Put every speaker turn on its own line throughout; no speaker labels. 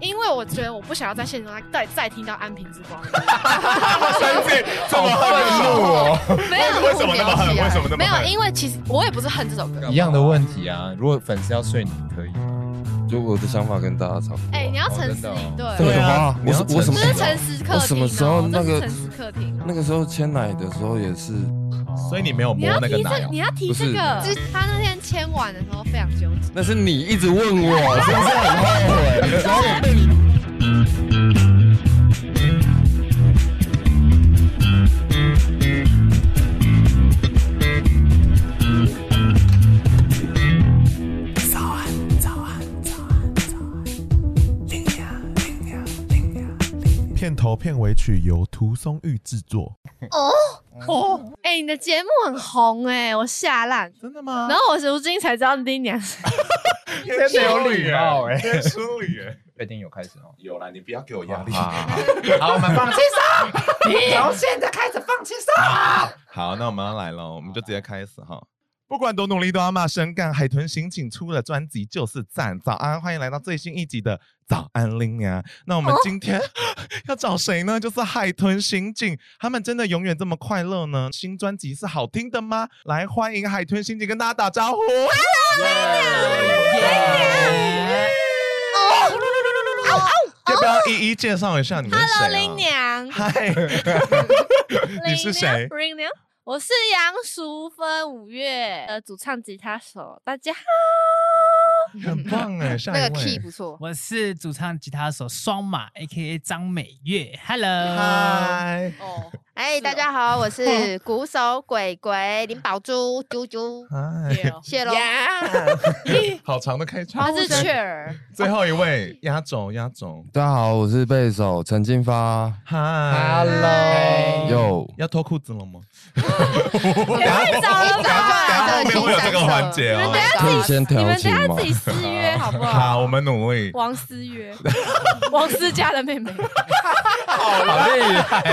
因为我觉得我不想要在现实中再再听到《安平之光》了，
三次这么愤怒哦！
没有
为什么那么狠？为什么那么
没有，
狠？
因为其实我也不是恨这首歌。
一样的问题啊。如果粉丝要睡你，可以吗？
就我的想法跟大家差不多。
哎、你要诚
哦真
实
的哦
以对，
对啊，
你
我
要
是我什
这
么
是诚实客厅、哦，
我什么时候那个
这是诚实客厅、啊
那个时候签奶的时候也是，
所以你没有
你
摸
要
那个
提
奶
这，
哦
你。要提
不
这
是
个，就是他那天签完的时候非常纠结。
那是你一直问我，是不是很后悔？你知 道我被你
片头片尾曲由涂松玉制作。
哎、你的节目很红哎、我吓烂。
真的吗
然后我如今才知道丁娘是
天
真有礼貌
欸
哎
天淑女哎，
确定有开始哦。
有啦，你不要给我压力。
啊
好，我们放弃手，从现在开始放弃手。
好，那我们要来了，我们就直接开始哈。不管多努力都要骂声干，海豚刑警出了专辑就是赞。早安，欢迎来到最新一集的早安啊林娘。那我们今天、要找谁呢？就是海豚刑警，他们真的永远这么快乐呢？新专辑是好听的吗？来，欢迎海豚刑警跟大家打招呼。要不要一一介绍一下你们是谁、啊
Hello 林娘，
嗨， 你是谁
林娘，我是杨淑芬，五月的主唱吉他手。大家好，
很棒哎，下一位。
错。
我是主唱吉他手双马，A K A 张美月，Hello，
嗨，
哦，
哎，大家好，我 是鼓手鬼鬼林宝珠啾啾，
嗨，
谢喽。
好长的开场
他。是雀 儿，
最后一位，压轴，压轴。
大家好，我是贝手陈金发。
嗨，
Hello，
哟，
要脱裤子了吗？
也太早了吧？
后
大家
面会有这个环节
你们
哦
等。
可以
下自己，
先
你
调
们
情
等下
吗
自己私约好不好？
好，我们努力。
王思约，王思佳的妹妹，
好厉害！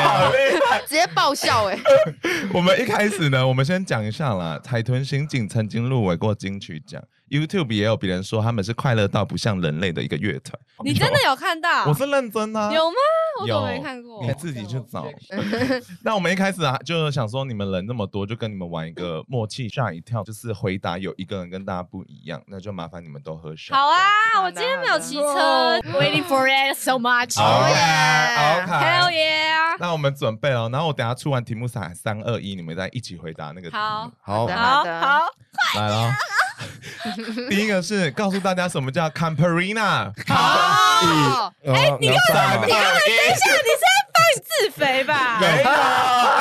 直接爆笑哎！
我们一开始呢，我们先讲一下啦。海豚刑警曾经入围过金曲奖，YouTube 也有别人说他们是快乐到不像人类的一个乐团。
你真的有看到？
我是认真的啊。
有吗？我怎么没
有
看过？
你自己去找。那我们一开始啊，就想说你们人那么多，就跟你们玩一个默契，吓一跳，就是回答有一个人跟大家不一样，那就麻烦你们都喝水。
好
好
啊，
的
我今天没有骑车，Waiting for it so much。
好
耶
Hell
，OK，
yeah！
那我们准备了，然后我等下出完题目三三二一，你们再一起回答那个题
好
目。
好
的
好
的
好，
来了，第一个是告诉大家什么叫 Camperina。哦
好，
哎，你干嘛？
等一下，你是在放自肥吧？
没有，
大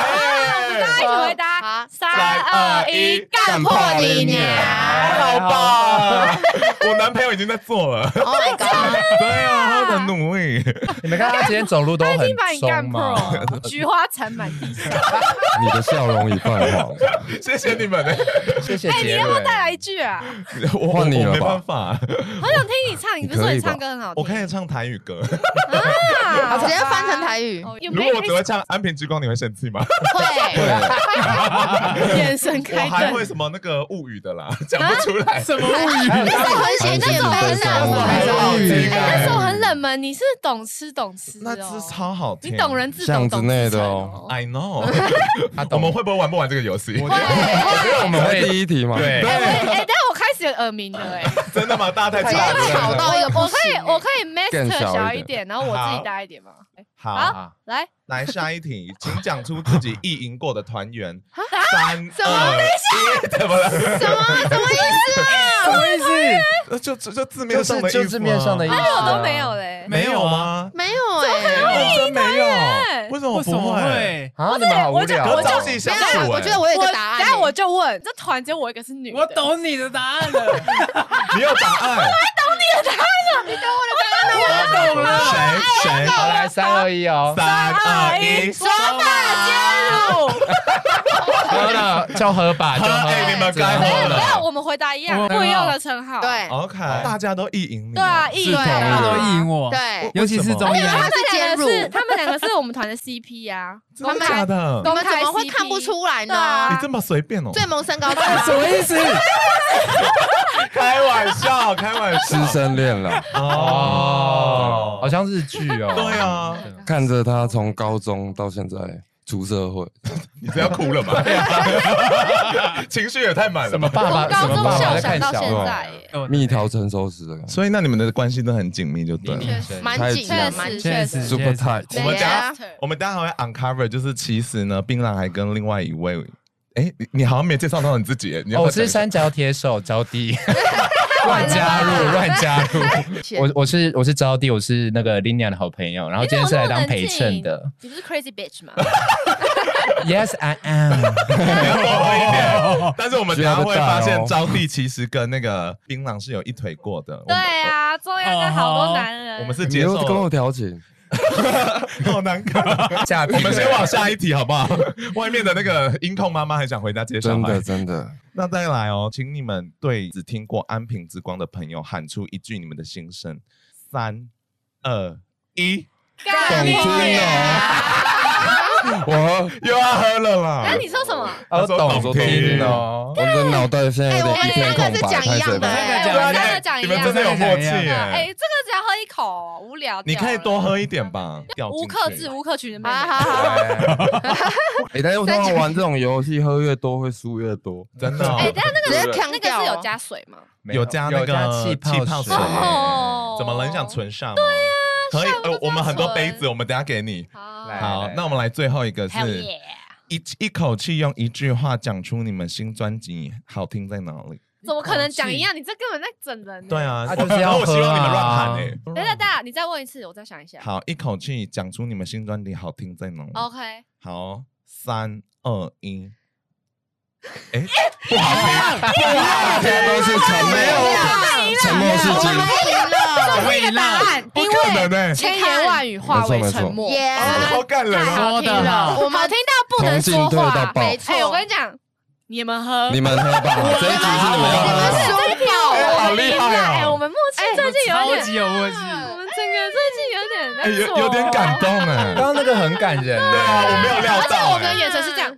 哎
家一起回答，
好，
三二一，干破你娘！
还好
啊
吧？ 我男朋友已经在做了。
Oh my god！
对啊，他很努力。
你们看他今天走路都
他已
很
经把你干
松
破
嘛？
了，菊花残满地上。
你的笑容已泛黄。
谢谢你们，
谢谢
哎，你
杰
要不要
瑞。
带来一句啊？
我
换你
我
了吧
没办法，
好想听你唱，你不是说你唱歌很好听？
我可以唱台语歌。
啊
直接翻成台语，
哦有
如
没
果
有
我只会唱《安平之光》，你会生气吗？
会
对，
眼神
我
开
还会
灯？
什么那个物语的啦，讲不出 来。
什么 物语？
那时候很显眼
悲
悲
伤
伤，
还是好
哎，
听
那时候
的。
很冷门，你是 懂吃懂吃哦，
那只超好听，
你懂。人自懂
巷子
懂
内
自
的
成
哦
哦。
I know。
他
我
懂
们会不会玩不玩这个游戏？
我觉得我们
在
会
第一题嘛。
对
哎，我哎，但我开始有耳鸣了，哎，
真的吗？大家太
直
大
接
声
吵
了。
到一个不
我可以
行。
我可以 master
更小一
小一
点
点，然后我自
好
己大一点嘛。哎
好，
好，来，
来下一题，请讲出自己意淫过的团员。三
什么
二一，怎么了？
什么什么意思啊？
什么意思？
呃就就就字面
就
上
是
的意思
就是面上的意
吗
思，
我都没有嘞。
没有吗？哦
没有哎，
真没有啊为什么
为什么
不会？
会？
啊，你们好无
我就
聊
我
哦。
就
朝夕相处
等一下
欸，
我觉得我有一
我
个答
等
案
下
欸，
我就问，这团只有我一个是女的，
我懂你的答案了，
你有答案，
我懂了。
谁谁？
好来，三二一哦。
三二一，
手法接入。
喝了就喝吧，就
喝
喝。
哎，你们该
没有
喝
没有，
了。
我们回答一样，
我
不一样的称号。
对
，OK，大家都意淫你，
对啊，一
是
样
同
大家都
啊
意淫我，
对，
尤其是
为
中
什么
他
央
而且，
们两个
他是介
是
入
他们两个是我们团的 CP 啊，
真的假的？
你
公
们怎
开
么会
CP
看不？出来
对
呢
啊？
你这么随便哦？
最萌身高高，
什么意思？
开玩笑，开玩笑
师生恋了哦，好
哦。
像日剧哦。
对，啊，
看着他从高中到现在出社 会，
你不要哭了嘛，情绪也太满了
什么
吧。
爸
我
啊
爸，什
高
么
中
爸爸
校
在
想
看
到
小
现
孩？
在耶，
哦蜜桃成熟时的感觉。
所以那你们的关系都很紧密，就对了。
蛮紧
确
的，蛮
实确
紧。
确
实
实。
Super tight，
我们等下
啊，
我们待会会 uncover，就是其实呢，槟榔还跟另外一位，哎、你你好像没有介绍到你自己耶，
哦
你要不
我
要讲
是
一下
三角铁手招弟，乱加入，乱加入。我我是我是招弟，我是那个 Lina 的好朋友，然后今天是来当陪衬的。
你不是 crazy bitch 吗？
Yes, I am。
但是我们等一下会发现招娣其实跟那个槟榔是有一腿过的。我
对
们，
啊，中央跟好多男人，
我们是
你
接
又
受
跟我调情，
好难 看。
下
我们先往下一题好不好？ 外面的那个音控妈妈很想回答接小
真
孩
的。 真的，
那再来哦，请你们对只听过安平之光的朋友喊出一句你们的心声：三、二、一，
干你娘！
我
又要喝了啦！
哎，你说什么？
啊他说
懂听哦。
我的脑袋现在有点一片
哎我们
空白，
刚刚是讲
太
一样
水
的
了。
哎，
对
我
啊
们真的讲一
你
样
们真的有默契耶！
哎，这个只要喝一口，无聊。
你可以多，喝一点吧，掉进去
无克制，无克群的妹
好
妹。
好好，
哎，但是我通常玩这种游戏，喝越多会输越多。
真的哦。
哎，但那
直接
个
呛
那个
掉
是
啊
有加水吗？
有加那
有加
个
气
气泡
泡
水
水，
哦，
怎么了？你想存上？对呀，可以。
上
呃
就，
我们很多
存
杯子，我们等下给你。
好
来
好，那我们来最后一个
Hell
是
yeah
一一口气用一句话讲出你们新专辑好听在哪里。
怎
哦
么可能讲一样？你这根本在整人。
对。啊，
啊
我
就是要
我希望你们
喝
乱
啊
喊哎。
等一下，大家你再问一次，我再想一下。
好，一口气讲出你们新专辑好听在哪里。
哦
，OK。
好，三二一。 哎，
大家都是沉默，沉默是金。
我赢了，
不可能哎，
千言万语化为沉默。
耶，
好感人
太
哦。
好听了，我
好
们
听到不能说
啊同进退
话
到。爆
没
哎，
错，
我跟你讲，你们喝。
你们喝吧，这一集是你们
你
喝
们
吧。
舒服，
好厉害！哎，
哦
我们默契最近有
超
点，
级有默契。
我们整个
哎，
最近有点在
有
做，
有点感动哎。
刚刚那个很感人，
对啊，我没有料
而且
到
我
哎。
们的眼神是这样，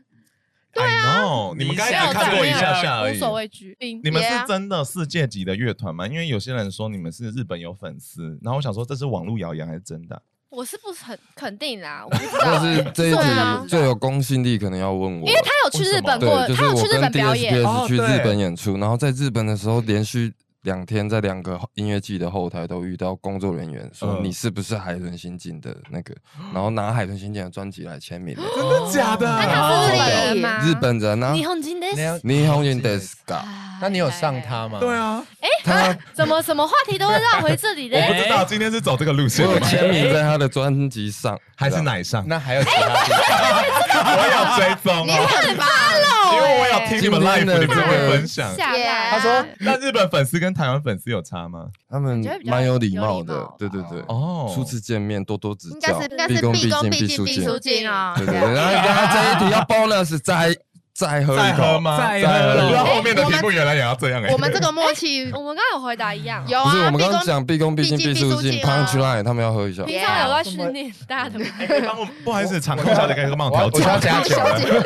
对啊，你们刚才只看过一下下而
无
已。
所谓居。你
你们
Yeah
是真的世界级的乐团吗？因为有些人说你们是日本有粉丝，然后我想说这是网络谣言还是真的啊？
我是不是很肯定啦？我不知
但
道，
是这一
是我吗
集最有公信力，可能要问我
因。为他有去日本过，
对，就
他
是
有
我
去日
跟
本表演。
DSPS 去
哦对
日本演出，然后在日本的时候，连续两天在两个音乐季的后台都遇到工作人员说
嗯
你是不是海豚刑警的那个，然后拿海豚刑警的专辑来签名。
真的假的？
那他是
日
日
本
本人
人
吗？
日本人啊
日，本人です。
霓虹云 deska，
那你有上他吗？
对，啊，
他
怎么什么话题都会绕回这里
我不
嘞？
知道今天是走这个路
我
线的
有
吗
签名在他的专辑上，
还是奶上？
那还有其他地方？
我有追踪
你
哦，
很棒了，
因为我
哎
有 听你们 live，
今天的
你们就会分
예.
享。
下来。
他说
那日本粉丝跟台湾粉丝有差吗？
他们
觉得比较
蛮有礼
有
貌
礼
的
貌，
对对对。
哦，
初次见面多多指
应该
教
是，应该
哦毕
是
恭
毕恭
敬，
毕
肃
敬毕
敬。
书尽啊
对。对对，然后然后这一题要 bonus 再再喝一
再
口
喝吗？
再喝
不知道
哎
后面的题目原来也要这 样哎。
我们这个默契
我们刚刚有回答一样，
有
不是，
啊，
我们刚刚
毕恭
讲毕恭毕敬、
毕敬
毕肃
毕
敬
肃敬啊
哦
，punch line，他们要喝一下。
平常有在训练大家的吗，
哎可以帮我不好意思，场控小姐可以帮我调
我要
整。
加酒了。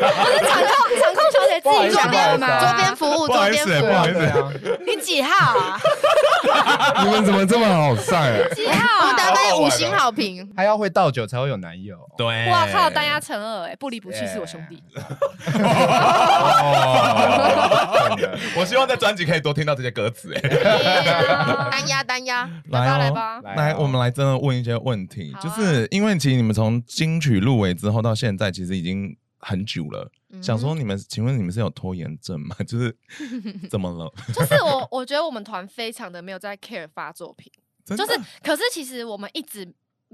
场控场控小姐自己
桌
训练
边
吗？
桌边服务，
不好
桌
意
边
思
服
哎，不好
务，
意思。
你几号啊？
你们怎么这么好晒？
几号
我们
啊？
打
哦
满五星好评。
他要会倒酒才会有男友。
对，
哇靠，单压乘二哎，不离不弃是我兄弟。
哦，
我希望在专辑可以多听到这些歌词。哎，
单压单压，
来吧
哦
来吧，
来，我们来真的问一些问题，
好啊
就是因为其实你们从金曲入围之后到现在，其实已经很久了。
嗯
想说你们，请问你们是有拖延症吗？ 就是怎 么了？
就是我我觉得我们团非常的没有在 care 发作品，
真
就
的
是可是其实我们一直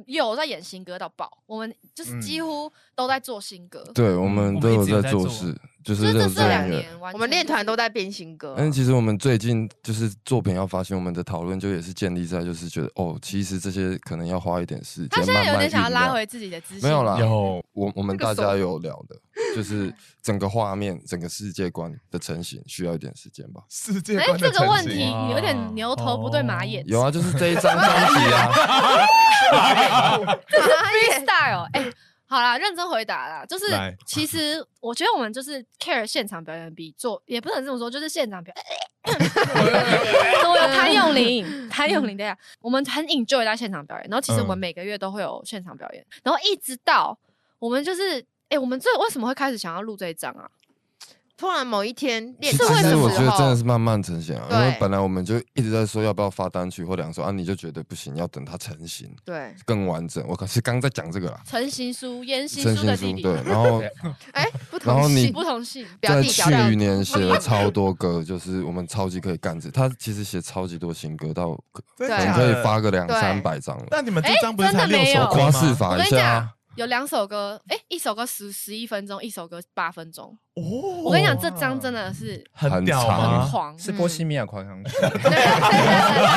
有在演新歌到爆，我们就是几乎都在做新歌。
对，我们都有在做啊
我们一直有在
事
做，
就是
就
有
是这
在
两
音乐。
年完全，
我们练团都在编新歌，
但其实我们最近就是作品要发行，我们的讨论就也是建立在就是觉得哦，其实这些可能要花一点时间。
他现在有
慢慢
点想要
酝
拉
酿
回自己的自信，
没有啦，
有
我我们
那个
大
手
家有聊的，就是整个画面、整个世界观的成型需要一点时间吧。
世界
哎、
观的
这个问
成
题
型
有点牛头不对马眼。
哦有啊，就是这一张 专辑啊，
这是 freestyle 哎、好啦，认真回答啦，就是
来
其实我觉得我们就是 care 现场表演比做，也不能这么说，就是现 场表演。我
어.
有谭咏 麟，谭咏麟对呀，我们很 enjoy 在现场表演，然后其实我
嗯
们每个月都会有现场表演，然后一直到我们就是。哎、我们这为什么会开始想要录这一张啊？
突然某一天练
其
团的时
实我觉得真的
候，
是慢慢成型啊，因
对
为本来我们就一直在说要不要发单曲或两首啊，你就觉得不行，要等它成型
对，
更完整。我可是刚在讲这个啦，
陈行书、严行
成
书的弟
型
弟，
对，然后
哎，不
然后
同
你
性
不同姓，
表
在
弟表
去
弟，
年写了超多歌，就是我们超级可以干这，他其实写超级多新歌，到可
对
可能可以发个两三百张了。
但你们这张不是
哎
才
真的
六
没有
首
但
歌
夸
吗？
饰
我
法一
跟你
下
讲
啊，，
有两首歌，哎、一首歌十十一分钟，一首歌八分钟。
哦，
我跟你讲，这张真的是
很屌啊哦
很
很
吗
长？
狂，
啊是波西米亚狂想曲，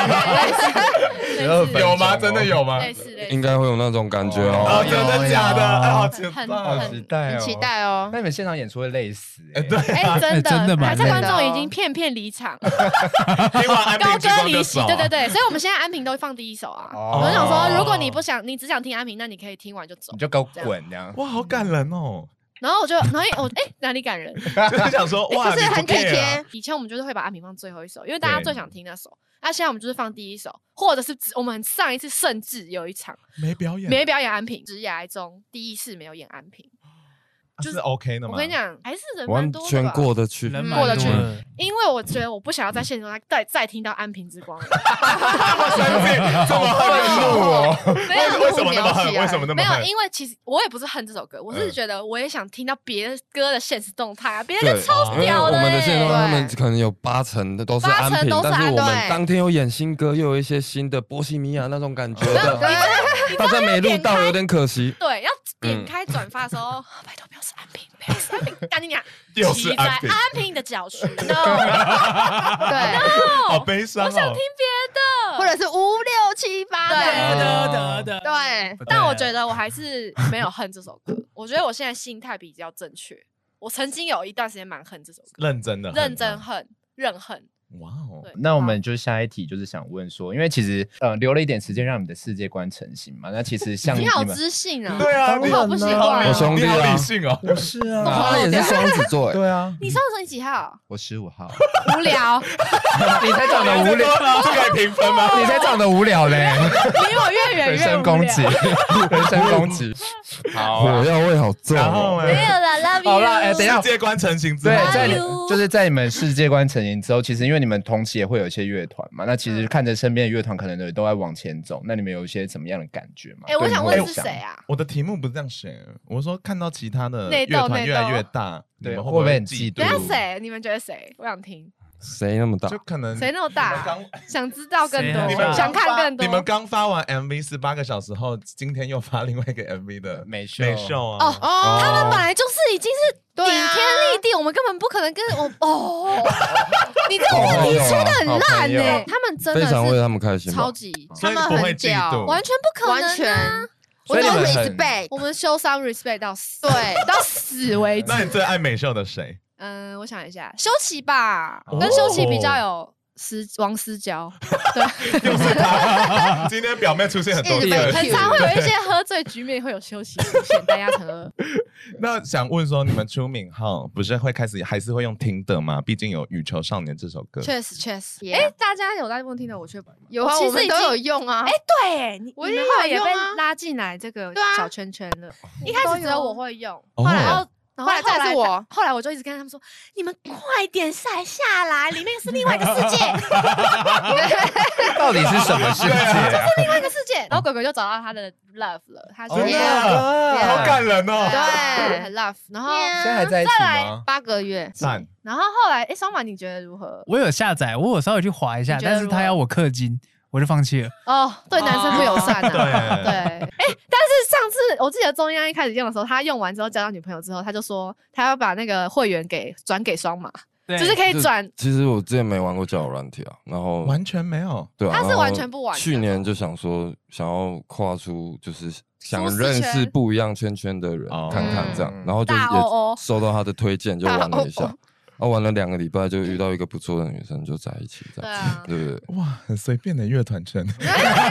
类似
有吗？真的有吗？
类似类似，
应该会有那种感觉
哦，
哦。
真的假的？哎，好期
很
待。
好期待
很
哦，
期。待哦
那。你们现场演出会累死欸，
哎，对，
哎，真的，
哎真的蛮
台下
累
观
的
众已
哦
经片片离场，
听完安
高
平之
歌
光
离
就
席，
走。
对对对，所以我们现在安平都会放第一首啊。
哦
我就想说，如果你不想，你只想听安平，那你可以听完就走
你。就给我滚这样。
哇，好感人哦！
然后我就，然后我 哎，哪里感人？
就是想说，哇，
哎不是
你
很体
care 啊
贴，
以前我们就是会把安平放最后一首，因为大家
对
最想听那首。那现在我们就是放第一首，或者是只我们上一次甚至有一场
没表演，
没表演安平，职涯中第一次没有演安平。就是
啊是 OK 的吗？
我跟你，讲，还是人蛮
完
多的
全
吧
过得去，
人
嗯
蛮
过得
多
去
的
因为我觉得我不想要在现实中再再再听到安平之光 了，
어.
这么恨怒哦？
没有
为什么那么
聊
恨？
起来
为什么那么
没有，
恨？嗯
因为其实我也不是恨这首歌，我是觉得我也想听到别的歌的现实动态啊，别的
对哦
歌超
因为
屌
我
的、
们的现状，
欸。
他们可能有八成的都是
八
安
成
平
都，是
但是
安
我
对
们当天有演新歌，又有一些新的波西米亚那种感觉
对
的， 大家没录到，有点可惜。
啊对，要
嗯
点开转发的时候，哦拜托不要是安平，不要是安平，赶紧讲，
又
骑
是
在
安
安
平，
平的 脚趾，no，
对，
好悲伤
我想
哦
听！别的，
或者是五六七八的，
对
得得得，
对，
但我觉得我还是没有恨这首歌， 我觉得我现在心态比较正确。我曾经有一段时间蛮恨这首歌，
认真的，
认真。恨，认恨。
哇哦！
对，
那我们就下一题，就是想问说，因为其实呃留了一点时间让你们的世界观成型嘛，那其实像你
你好
们，
知性啊！
对啊，你
我好不习惯
我
啊。
兄弟
你好
啊
理，性哦。
我是啊，
他也是双子座，哎，
对啊，
你上升几号？
我十五 号，
无聊，
你才长得无聊，
这可以评分吗？
你才长得无聊嘞，
离我 越远
人
越
身
无聊。
攻击，人身攻击。
好
火
啊。
药味好重哦。
然后
没
呢？
有啦，love you。
好啦，哎，等一下
世，界观成型之
对
后，，
在你
you
就是在你们世界观成型之后，其实因为你们同期也会有一些乐团嘛，那其实看着身边的乐团可能也都在往前走，那你们有一些怎么样的感觉吗？
哎，我
对
想
你们
问
会
是谁啊？
我的题目不是这样写，我说看到其他的
内
乐
斗
团
内
越来
斗
越大，你
对
们
会
会
不
不
会
会
很嫉
等一下
妒
谁？你们觉得谁？我想听。
谁那么大
就？可能
谁那么大
刚？
想知道更
谁啊你
多，
们
想看更多。
你们刚发完 MV 十八个小时后，今天又发另外一个 MV 的
呃美秀
美秀啊！
哦，他们本来就是已经是顶
对啊
天立地，我们根本不可能跟我哦。你这
好
个
朋
题
友
出
啊
的很
好朋
烂欸
友
呢，他们真
非
的
常为
是
他们开心吧。
超级
所以
他们
不
很
会嫉
屌
妒，
完全不可能啊，
完全
我
所以你
都
们
是
很
respect，
我们修伤 respect 到死，
对，
到死为止。
那你最爱美秀的谁？
嗯，我想一下，修齐吧，
哦
跟修齐比较有私王私 交，
又是他！今天表妹出现很多
一直被
次。
Q
很常会有一些喝醉局面会有修齐出现，大家成二。
那想问说，你们出名后不是会开始还是会用听的吗？毕竟有《羽球少年》这首歌。
确实确实，
Yeah
哎，大家有在问听的，我却不
有啊，
其实
我们都
已经
有用啊
哎，，对，你
我
你
也
们
有
后来也
用
被
啊
拉进来这个
对啊
小圈圈了。一开始只有我会用，
哦
后来然后然后
后来再是我
大后来我就一直跟他们说：“你们快点晒下来，里面是另外一个世界，
到底是什么世界啊？
另外一个世界。”然后狗狗就找到他的 love 了，他说
真的
Yeah
好感人哦！
对
对
很 love。然后
Yeah
现在还在一起吗？
八个月，
赞，
然后后来，哎，双马你觉得如何？
我有下载，我有稍微去划一下，
你觉得
但是
如
他
何
要我氪金，我就放 弃了。
哦，对男生不友善啊。
对
对，哎、但是上次我记得中央一开始用的时候，他用完之后交到女朋友之后，他就说他要把那个会员给转给双马，
对
就是可以转
哎就。其实我之前没玩过交友软体啊，然后
完全没有。
对啊，
他是
然后
完全不玩的
去年就想说，想要跨出，就是想
舒适
认识
圈
不一样圈圈的人，
哦
看看这样
嗯，
然后就
大哦哦
也收到他的推荐，就
大
玩了一
哦
下
哦。
啊，玩了两个礼拜就遇到一个不错的女生，就在一起，这样，
啊
对不对？
哇，很随便的乐团 圈，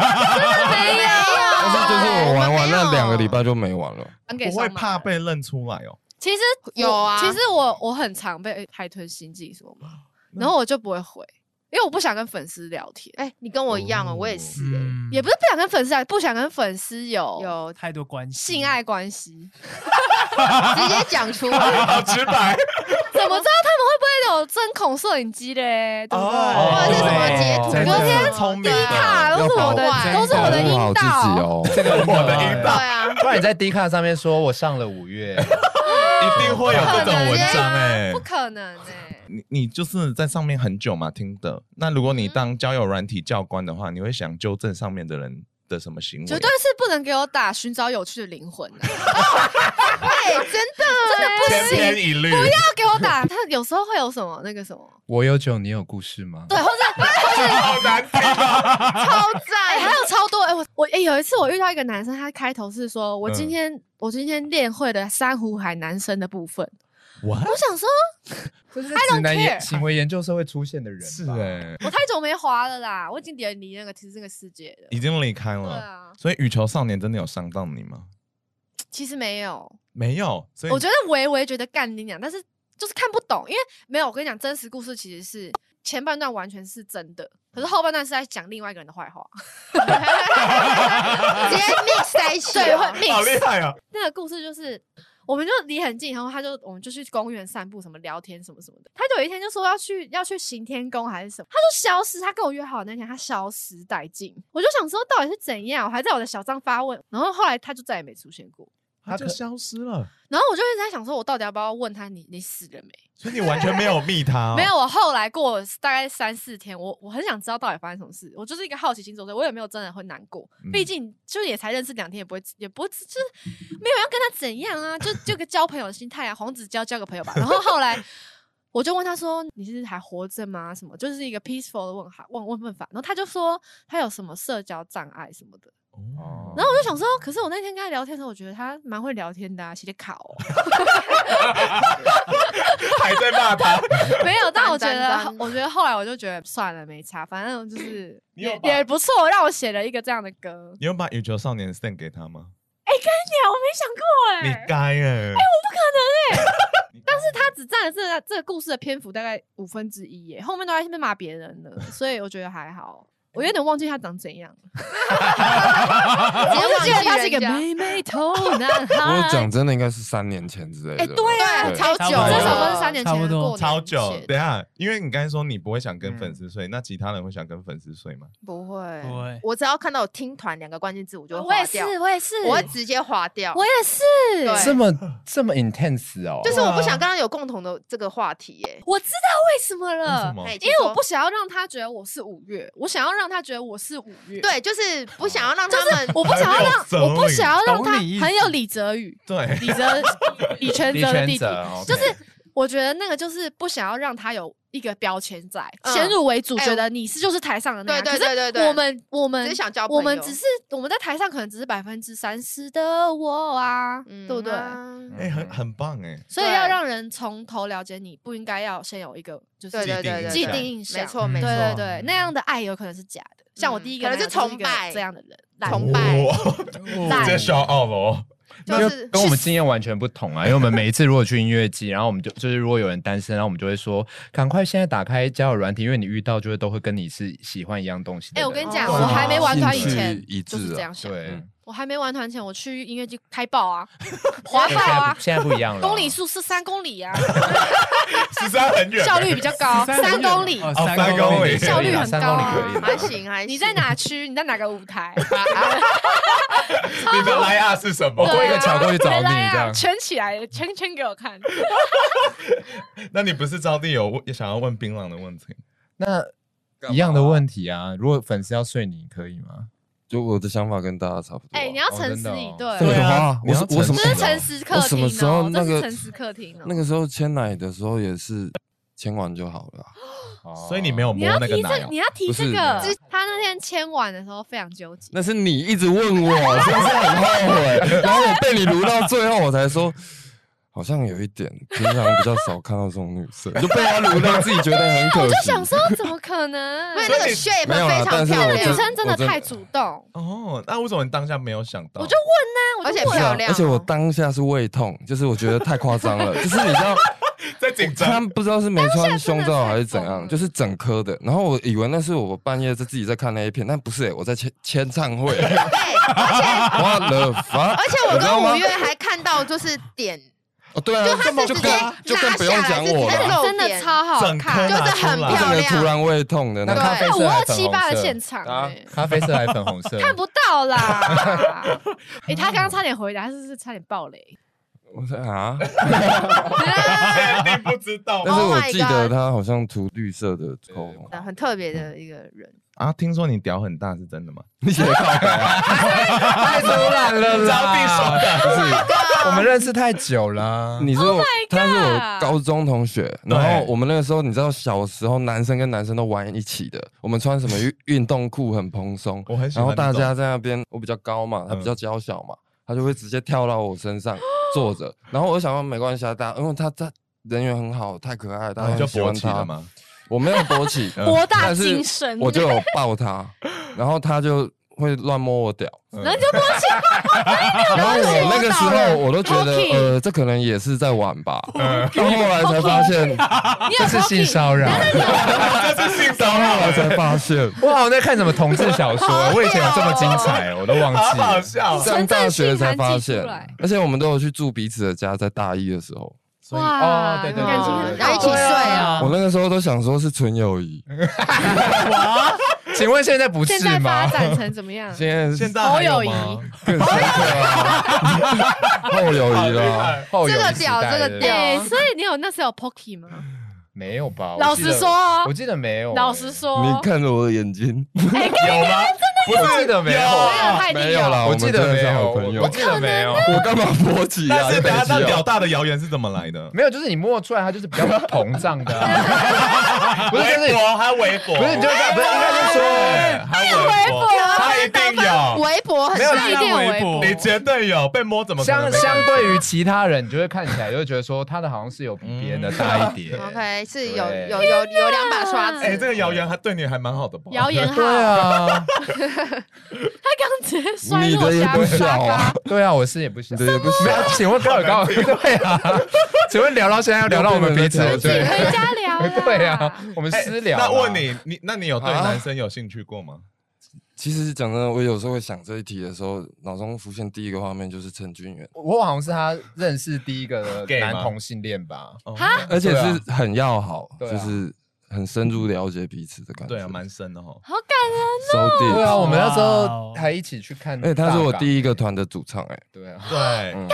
没有，啊
但是就是我玩完那两个礼
我们没有
拜就没玩了。
转给
不会
双马。
怕被认出来哦。
其实
有
我
啊哦
其实我我很常被海豚心计什么嘛，然后我就不会回，因为我不想跟粉丝聊天，
哎，你跟我一样哦，我也是哎。
嗯，
也不是不想跟粉丝聊，不想跟粉丝有
有
太多关系，
性爱关系。
直接讲
아,
出来，
好直白，
怎么知道他们会不会有针孔摄影机嘞？对不对？
哦
或者是什么截图，
真的
昨天
很聪明
低卡
要
都是我的
保
护，
都是我的
保护好
阴
自己
道。
哦。
这个我的
阴
对啊，
不然你在 D 卡上面说我上了五月，
一定会有这种文
不可
章
能
哎、
不可能哎！
你你就是在上面很久嘛，听的。那如果你当交友软体教官的话，你会想纠正上面的人的什么行为？
绝对是不能给我打寻找有趣的灵魂 啊，
哎，真的
真的哎不
千
行，
篇一律。
要给我打。他有时候会有什么那个什么，
我有酒，你有故事吗？
对，或者
好难听啊！
超
哎、
赞，
还有超多哎、我我哎、有一次我遇到一个男生，他开头是说我今天、我今天练会了珊瑚海男生的部分，
我
我想说
这是
I don't
直男研
care
行为研究社会出现的人吧，
是哎、
我太久没滑了啦，我已经远离那个其实那个世界了。
已经离开
对
了。
啊，
所以羽球少年真的有伤到你吗？
其实没有，
没有，所以
我觉得微微觉得干你娘，但是就是看不懂，因为没有我跟你讲，真实故事其实是前半段完全是真的，可是后半段是在讲另外一个人的坏话。
直接 mix 在一起
对，会
哦，
好
mix
厉害啊！
那个故事就是，我们就离很近，然后他就我们就去公园散步，什么聊天什么什么的。他就有一天就说要去要去行天宫还是什么，他就消失。他跟我约好那天，他消失殆尽。我就想说到底是怎样，我还在我的小账发问，然后后来他就再也没出现过。
他就消失了，
然后我就一直在想说，我到底要不要问他你你死了没？
所以你完全没有密他、哦
没有，。啊我后来过了大概三四天，我我很想知道到底发生什么事。我就是一个好奇心作祟，我也没有真的会难过，毕
嗯
竟就也才认识两天，也不会也不会就是没有要跟他怎样啊，就就个交朋友的心态啊，黄子佼交个朋友吧。然后后来我就问他说：“你是还活着吗？”什么就是一个 peaceful 的问法问问问法。然后他就说他有什么社交障碍什么的。
哦
然后我就想说，可是我那天跟他聊天的时候，我觉得他蛮会聊天的、啊，写写考、哦。
还在骂他，
没有，但我觉
单单
得
单，
我觉得后来我就觉得算了，没差，反正就是
你有
也
把
也不错，让我写了一个这样的歌。哎
你有把羽球少年 send 给他吗？
鸟，我没想过
你
哎、
该哎、我
欸 但是他只占了这这个故事的篇幅大概五分之一耶，后面都在那边骂别人了，所以我觉得还好。我有点忘记他长怎样，
直接忘
我就记
记
得他是一个
人家
妹妹头 男
我
어,
孩。
讲真的，应该是三年前之类的。
哎，对啊，
对超
差不
久
多
了，
这首歌是三年前
差
的
不多
过年嗯
超久
写，的
等一下，因为你刚才说你不会想跟粉丝睡，那其他人会想跟粉丝睡 吗？
不
不
会，
会，
我只要看到有听团两个关键字，我就会
哦我也
划
是
掉，，
我也是，
我会直接划掉，
我也是，
对
这么这么 intense 哦，
就是我不想跟他有共同的这个话题耶。
我知道为什么
为什
了。
么？
哎
因为我不想要让他觉得我是五月，我想要让他觉得我是五月。，
对，就是不想要让他们，
我不想要让
很有哲理
我不想要让他
懂你意思
很有李泽宇、
对，
李泽、李全
李
哲的
全
弟弟。
哲，OK，
就是我觉得那个就是不想要让他有一个标签在，
嗯
先入为主，
哎
觉得你是就是台上的那样。
对对
可是
对对对
我们我们
只是想交朋友
我们只是我们在台上可能只是百分之三十的我啊，
嗯
对不对？
啊
哎、很很棒哎、
嗯所以要
对
让人从头了解你，不应该要先有一个就是
对对对对，
既
对
定印象
没错没
对
错，
嗯
对对，那样的爱有可能是假的。像我第一个
可能
男
是
友就是一
崇
个
拜
这样的人，懒
崇拜
懒
这骄傲了哦。
就是
嗯跟我们经验完全不同啊，因为我们每一次如果去音乐季，然后我们就就是如果有人单身，然后我们就会说，赶快现在打开交友软体，因为你遇到就会都会跟你是喜欢一样东西的
哎、
人。哦
我跟你讲，
对
我
啊
还没玩团以
兴趣
前
一致
就
啊
是这样想。
对，
嗯我还没玩团前，我去音乐季开爆啊，滑爆啊，
现在不现在不一样了，
公里数是三公里啊，
十三很远、
效率比较高，三公里。
哦
哦三公里
效率很高啊
三公里可以啦
还。行还行，
你在哪区？你在哪个舞台？
你的莱 亚是什么
对啊
我一个桥过去找
原
你
来
这
啊，
样。
圈起来，圈圈给我看。
那你不是招弟有问想要问槟榔的问题？
那一样的问题啊。如果粉丝要睡你，可以吗？哦
就我的想法跟大家差不多啊。
哎，你要诚实以对，
对啊，
你
我
要
是我什
这
么？
是诚实客
我什
厅
么时候
哦，
那
这
个
是诚实客厅哦。
那个时候签奶的时候也是签完就好了啊，
哦
所以你没有
你
摸
要
那个
提这
奶
个，啊
哦
你。要提
不
这
是
个
这。
他那天签完的时候非常纠结，
那是你一直问 我，是不是很后悔？然后我被你撸到最后，我才说。好像有一点，平常比较少看到这种女生，就被她撸到自己觉得很可惜。
我就想说，怎么可能？
因为那个
没有
shape
啦
非常
但是
漂
我
女
就
亮，
生真的
我真的
太主动，
哦，那为什么你当下没有想到？
我就问啊呐，我
而
就
且
问
漂亮哦，
啊而且我当下是胃痛，就是我觉得太夸张 了，就是你知道，
在紧张，
他不知道是没穿胸罩还是怎
当下真的太疯了
样，就是整颗的。然后我以为那是我半夜在自己在看那一片，但不是、欸，我在签签唱会。
对，而且
我的
啊
发，
而且我
你知道
跟
吗
五月还看到就是 点，
哦，对啊，
他
就
是直
更
接
就更
拉
不用
下来
讲
就
我
直接
了，
露
哎真的
点
超好
整颗
看，
就
就是
拿出
很
来
这
漂
个突
亮，
然胃痛的那
对
个。
咖啡
五
色还是
二
粉
七
红
八的
色
现场
啊
哎
咖啡色还是粉红色？
看不到啦。哎，他刚刚差点回答，是不是差点爆雷？
我说啊，
你不知道
但是
Oh
我
my
记得
God
他好像涂绿色的口红，
很特别的一个 人。
啊？听说你屌很大，是真的吗？
你写的靠背啊，
太突然了啦！
啊
我们认识太久了，啊 Oh
你是我，他是我
God
高中同学，然后我们那个时候，你知道小时候男生跟男生都玩一起的，我们穿什么 运运动裤很蓬松，
我很喜
然
欢
后大
那种
家在那边，我比较高嘛，他比较娇小嘛，他就会直接跳到我身 上坐着，然后我就想说没关系啊，大家因为他他人缘很好，太可爱了，大家
然后
就
啊就
喜
勃
欢
起了
他。
吗？
我没有勃 起，
博大
但是
精深
我就有抱他，然后他就会乱摸我屌，
어.
然后你就摸起来，
然后我那个时候我都觉得
Pocky
呃，这可能也是在玩 吧，到后来才发现，
嗯你
这
有
是性
Pocky
骚扰。
到后来才发现，
哇，我在看什么同志小说？啊我以前有这么精彩，我都忘记了。
笑
上大学才发现
纯正性还挤出来，
而且我们都有去住彼此的家，在大一的时候，
哦
哇，
对对
感情
对
很
对
然后一起睡啊，
我那个时候都想说是纯友谊，
请问现在不
现
是
在发
吗？
展成怎么样？
现在
现
是
在还
侯
有
友谊
吗？
更深刻 啊，后友谊了啊。
后哦有
这个
时
屌
代
这个
的
屌
哎，所以你有那时候有 Pocky 吗？
没有吧？我
老
记
实
得
说，哦
我，记得没有。啊
老实，说，
你看着我的眼睛，
哎
有吗？不
我记
是，
得没有。
太
没有啦，
我
我
记
们真
得
的
没
是
有，
好
我
朋友
我。记得没有。
我干嘛勃起啊？
但是
你北
等下
极
那
哦
屌大的谣言是怎么来的？
没有，就是你摸出来，它就是比较膨胀的啊、不是，就是
博，还微博，
不是，你就不是应该是说，
还微博，他一定有，
围脖很
没有
那一定有微博，
你绝对有被摸，怎么可能没
相
有
相对于其他人，你就会看起来就会觉得说，他的好像是有比别人
嗯
的大一点。
OK，是
对
有有有有两把刷子，
哎，这个谣言还对你还蛮好的吧？
谣言好，
对
어.
啊，
他刚直接 摔
你
落
的也
下
不
沙
小啊
发，，
对啊，我是也不行
你。的也不
没
小
有，，请问高尔高，对 啊，请问聊到现在要聊到我们彼此了，
自己
对
回家聊 啦。
对啊，我们
哎
私聊。
那问，你，你那你有对
啊
男生有兴趣过吗？
其实讲真的，我有时候会想这一题的时候，脑中浮现第一个画面就是陈俊元，
我好像是他认识第一个
Gay 吗
男同性恋吧？
哦
哈
而且
对啊
是很要好，
对啊
就是很深入了解彼此的感觉。
对啊，蛮深的哈。
好感人，
so deep。
对啊，我们那时
哇哦
候还一起去看。
哎，他是我第
一，
一个团的主唱，哎，
对啊。
对，
嗯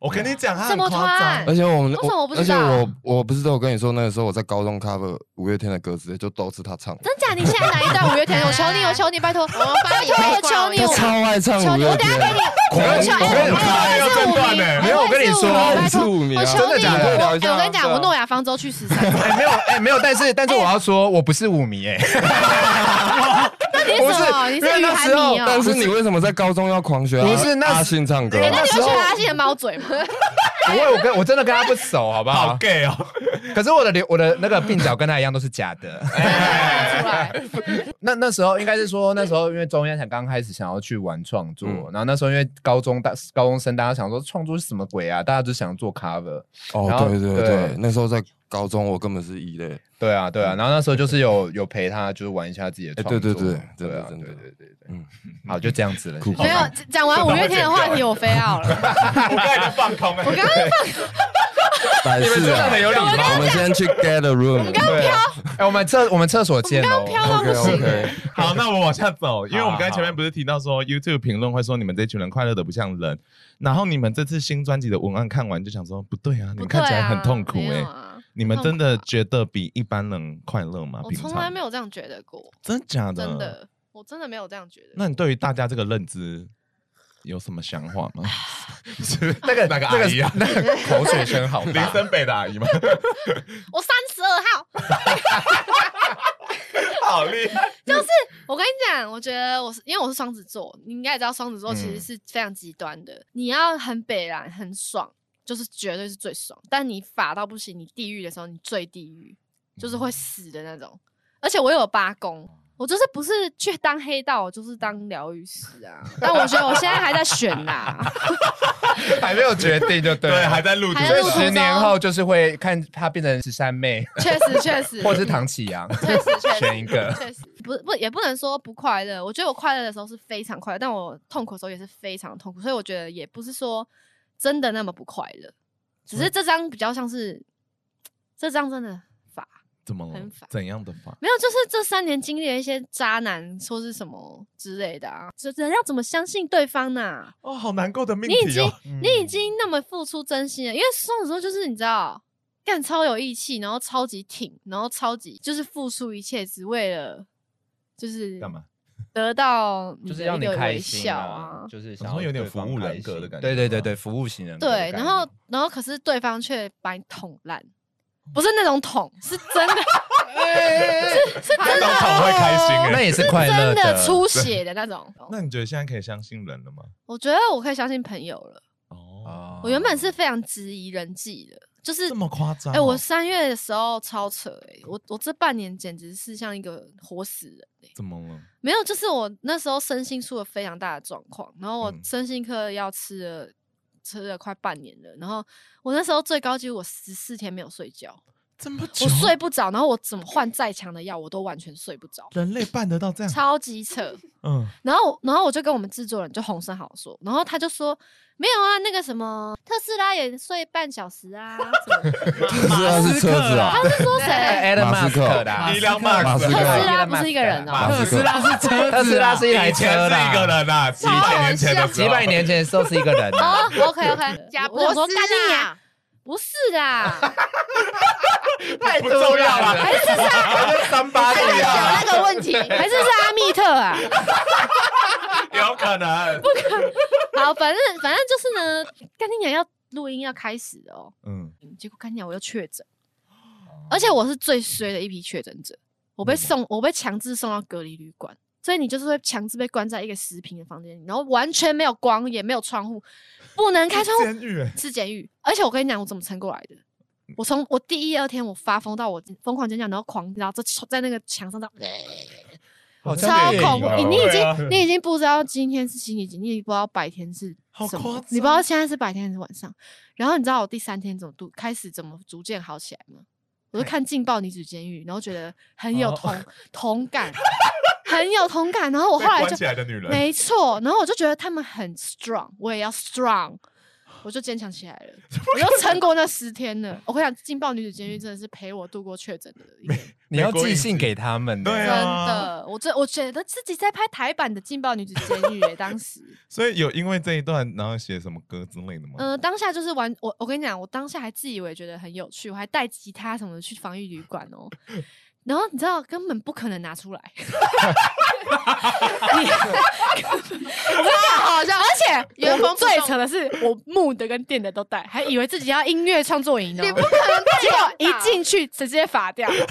我跟你讲，他
什
很
么
夸张，
团
而且我们，
为什么我不
而
知
且
道
我我不是都有跟你说，那个时候我在高中 cover 五月天的歌词，就都是他唱的，
真假？你现在哪一段五月天？我求你，我求你，拜托，我
帮你推
我求
广一
你，
下
他
我
超爱唱
求
五
你，
月
我等下给
天
你。，
我跟你
我求
我跟你
哎
说，
哎我是
哎
没有我跟你说
五名哎我是五
五
名
名
拜
啊
托我求
真的
你，
假的
我
聊一下
哎我跟你讲，
对啊
我诺亚方舟去十三，
哎、没有，哎、没有，但是但是我要说，我不是舞迷、哎，
那你是
不
什么？
是，
你
因
是
为
雨
那
涵
时候
迷，
但
哦？
是你为什么在高中要狂学啊
不是那
阿信唱歌啊
哎，
吗？
那你
那时
有
候
学阿信的猫嘴吗？
不会，我跟我真的跟他不熟，好不
好
好？
gay 哦。
可是我的流，我的那个鬓角跟他一样都是假的。
出
哎
来，
那那时候应该是说，那时候因为中央才刚开始想要去玩创作，
嗯
然后那时候因为高中大高中生，大家想说创作是什么鬼啊？大家就想做 cover。然
哦
后，
对对
对
对，那时候在高中，我根本是异类。
对啊，对啊，然后那时候就是有有陪他，就是玩一下自己
嗯
的
哎
创作。
对对对真的
对啊，对
真的
对对对，
嗯
好，就这样子了。
酷
谢谢
没有讲完五月天的话题，我非要 了。
我刚才在放空哎，我刚
但是
真的很有礼貌
啊我们先去 get the room。
对啊，哎，我们厕我们厕所见哦。
飘到不
OK
行。
OK，
好，那我往下走，因为我们
好
刚才前面不是提到说 YouTube 评论会说你们这群人快乐的不像人，然后你们这次新专辑的文案看完就想说不对啊，你
不
们
对
看起来
啊，
很痛苦
没
哎
有，啊
你们真的觉得比一般人快乐吗？
我
平
从来
常
没有这样觉得过，
真的假的？
真。的，我真的没有这样觉得。
那你对于大家这个认知有什么想法 吗？是
那个
那个阿姨啊，
那个口水声好
林
大，
森北的阿姨吗？
我三十二号，
好厉害！
就是我跟你讲，我觉得我是因为我是双子座，你应该也知道双子座其实是非常极端的，你要很北然很爽，就是绝对是最爽，但你法到不行，你地狱的时候你最地狱，就是会死的那种。而且我有八公，我就是不是去当黑道，我就是当疗愈师啊。但我觉得我现在还在选啦、
还没有决定就对
对，
了，
还在录，
还
所
在
以
路途
十年
中
后就是会看她变成十三妹，
确实确实，
或是唐启阳，
确实确实
选一个
确实不不也不能说不快乐。我觉得我快乐的时候是非常快乐，但我痛苦的时候也是非常痛苦，所以我觉得也不是说真的那么不快乐，只是这张比较像是这张真的法
怎么了
很烦？
怎样的法？
没有，就是这三年经历了一些渣男说是什么之类的啊，这人要怎么相信对方呢、
哦，好难过的命
你已
题
经
哦。
你已经那么付出真心了，因为双子座就是你知道，干超有义气，然后超级挺，然后超级就是付出一切，只为了就是
干嘛？
得到你
就是
的
要
一
你
个
开
微
心
笑
啊
啊，。
就是
想
想
要
要
有点服务人格的感觉
对对对对，服务型人格的概
对，
念。
然后然后可是对方却把你捅烂，不是那种捅，是真 的是是真
当
的
场会开心哎
那 也是快乐
真的出血的那种。
那你觉得现在可以相信人了吗？
我觉得我可以相信朋友了，
哦，
我原本是非常质疑人际的，就是
这么夸张哦？
哎、我三月的时候超扯哎、我我这半年简直是像一个活死人哎、
怎么了？
没有，就是我那时候身心出了非常大的状况，然后我
嗯
身心科要吃了吃了快半年了，然后我那时候最高纪录我十四天没有睡觉，
这么久
我，睡不着，然后我怎么换再强的药我都完全睡不着，
人类办得到这样？
超级扯。
嗯，
然后，然后我就跟我们制作人就洪生豪说，然后他就说没有啊，那个什么特斯拉也睡半小时啊，什么的
特斯拉是车子啊，
他是说 谁？
Elon
马斯克
Musk 的啊，
马斯克
马斯
特斯
克，
拉不是一个人哦、
马斯
特斯
克，
拉是车子啊，
特斯拉是一台
以
车
前是一个
啦，
人啊，几
超
百年
好
前的
笑
时候
几百年前的时候是一个人啊。
哦，OK OK，
贾
我
博
想说
士
干你娘
啊，
不是 啦，
太
不重要了
还是
啊
啥？三八
还
女
在
啊，
想那个问题，
还是是阿密特啊？
有可能。
好，反正反正就是呢，干你娘要录音要开始了哦，
嗯，
结果干你娘我又确诊，而且我是最衰的一批确诊者，我
嗯
被送，我被强制送到隔离旅馆。所以你就是会强制被关在一个十平的房间里，然后完全没有光，也没有窗户，不能开窗户，
监狱欸嗯
是监狱。而且我跟你讲，我怎么撑过来的？我从我第一二天我发疯到我疯狂尖叫，然后狂，然后在在那个墙上这样，
好
超
像
恐怖！
电
你
影哦
你已
对啊
经你已经不知道今天是星期几，你也不知道白天是
好
什
夸
么，你不知道现在是白天还是晚上。然后你知道我第三天怎么度开始怎么逐渐好起来吗？我
哎
就看《劲爆女子监狱》，然后觉得很有
哦
同、同感，很有同感。然 后我后
被
来
关
就
起来的女人，
没错， 然后我就觉得他们很 strong，我也要 strong，我就坚强起来了，我又撑过那十天了。我跟你讲，《劲爆女子监狱》真的是陪我度过确诊的一个人，
你要寄信给他们，
对
真
啊
的，我真我觉得自己在拍台版的《劲爆女子监狱》欸，当时，
所以有因为这一段然后写什么歌之类的吗？
呃，当下就是玩我，我跟你讲，我当下还自以为觉得很有趣，我还带吉他什么的去防疫旅馆 哦。然后你知道根本不可能拿出来， 真的好笑，而且
原封不
最
动
扯的是，我木的跟电的都带，还以为自己要音乐创作营哦。
你不可能带
结果
两
一
把
进去直接罚掉，直接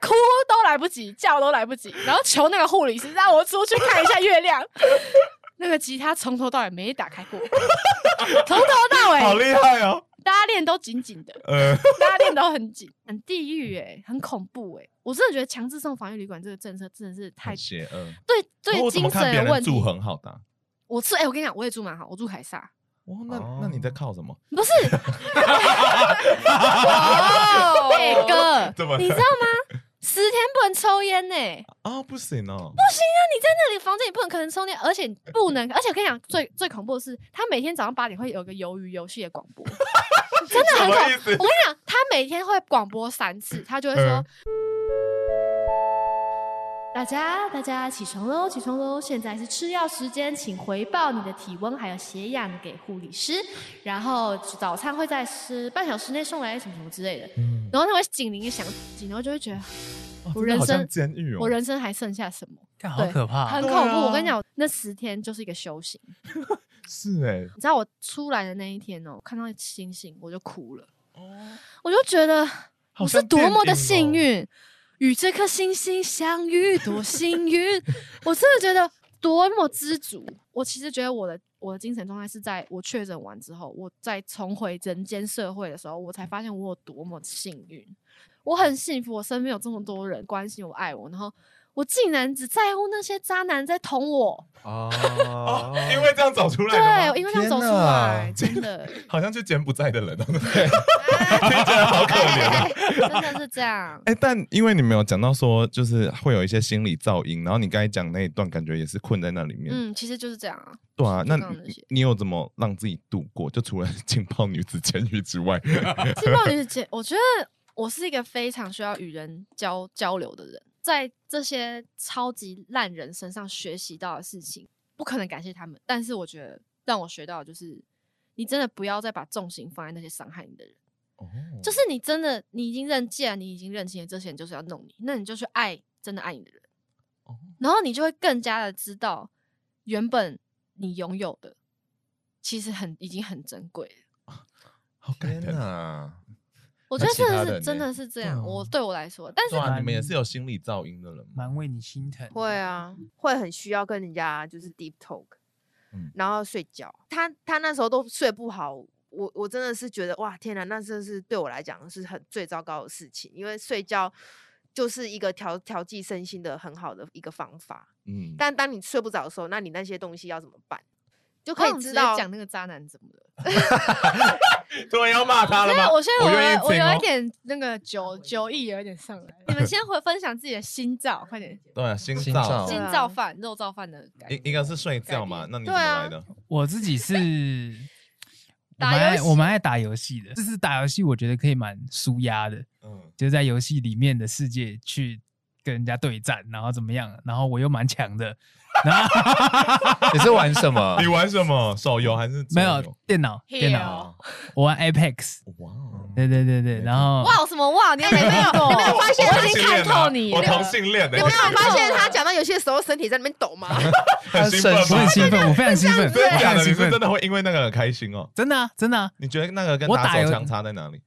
哭都来不及，叫都来不及，然后求那个护理师让我出去看一下月亮。 那个吉他从头到尾没打开过， 从头到
好
尾
厉害哦！
拉链都紧紧的，
呃，
拉链都很紧，很地狱哎、很恐怖哎、我真的觉得强制送防疫旅馆这个政策真的是太
很邪恶。
对
嗯那我怎么
对精
看别
神有问
人
题
住。很好的啊？
我住哎、我跟你讲，我也住蛮好，我住凯撒，
哦，那那你在靠 什么？
不是哎、
哦 怎
哥，
么
你知道吗？十天不能抽烟呢、啊
啊，不行哦，
你在那里房间里不能可能抽烟，而且不能，而且我跟你讲，最最恐怖的是，他每天早上八点会有个鱿鱼游戏的广播， 真的
什
很恐
么
怖。
意思
我？跟你讲，他每天会广播三次，他就会说。
嗯
大家，大家起床喽，起床喽！现在是吃药时间，请回报你的体温还有血氧给护理师，然后早餐会在十半小时内送来，什么什么之类的。
嗯
然后他会警铃一响，然后就会觉得我人
好像
生
监狱哦
我人生还剩下什么？
看
好可怕
很
对
恐
啊
怖。我跟你讲，那十天就是一个修行。
是哎、
你知道我出来的那一天哦，看到星星我就哭了，我就觉得
好
我
像
是多么
电影
的
哦
幸运，与这颗星星相遇多幸运， 我真的觉得多么知足。我其实觉得我的我的精神状态是在我确诊完之后，我在重回人间社会的时候，我才发现我有多么幸运。我很幸福，我身边有这么多人关心我、爱我，然后我竟然只在乎那些渣男在捅我。
哦， 因为这样走出来的吗，
对，因为这样走出来，
天
真
哪
的，
好像去柬埔寨的 人哦，对不对？听起来好可怜哦。
真的是这样。
哎，但因为你们有讲到说，就是会有一些心理噪音，然后你刚才讲那一段，感觉也是困在那里面。
嗯，其实就是这样啊。
对啊，那
就刚刚那
你你有怎么让自己度过？就除了 劲爆女子监狱之 外，
劲爆女姐，我觉得我是一个非常需要与人交交流的人，在这些超级烂人身上学习到的事情，不可能感谢他们，但是我觉得让我学到的就是，你真的不要再把重心放在那些伤害你的人。
哦
就是你真的，你已经认，既然你已经认清了这些人就是要弄你，那你就去爱真的爱你的人，
哦
然后你就会更加的知道，原本你拥有的其实很已经很珍贵了。
好感人啊！
啊，
我
那
觉得
其
真
他人
的是
呢
真的是这样，我对我来说，但是
嗯对啊，你们也是有心理噪音的人吗？
蛮为你心疼。
会啊，会很需要跟人家就是 deep talk，、
嗯
然后睡觉。他他那时候都睡不好，我我真的是觉得哇天哪，那真的是对我来讲是很最糟糕的事情，因为睡觉就是一个调调剂身心的很好的一个方法。
嗯，
但当你睡不着的时候，那你那些东西要怎么办？就
就
可以知道，
讲那个渣男怎么了。
对，要骂他了
现在
吗？
我现在
我
有
愿意
了我
听
有
哦
一点那个酒酒意有一点上来了，你们先回分享自己的心照，快点，
对啊，心
心
脏
脏
心
对啊
造饭、肉造饭的感觉。
一一个是睡觉嘛，那你怎么
对啊
来的？
我自己是我
打
蛮爱
游戏
我蛮爱打游戏的，就是打游戏我觉得可以蛮舒压的，
嗯，
就是在游戏里面的世界去跟人家对战，然后怎么样，然后我又蛮强的，然后
你是玩什么
你？玩什么？手游还是
没
桌
有
游？
电脑电脑，我玩 Apex，
哇哦，
对对对对，然后
哇，什么哇？你有没有
哦你哎没有发现
我
他
已
同性
经看
恋啊
透你
我
了。
同性恋的，欸
你没有发现他讲到有些时候身体在那边抖吗？
很兴奋
他
我
神
吗
很？兴奋，我非常兴奋，
真的
我非
假
常
的？你
兴
是
奋
真，的会因为那个很开心哦？
真的啊真的啊，
你觉得那个跟
我打
打手
游
枪差在哪里？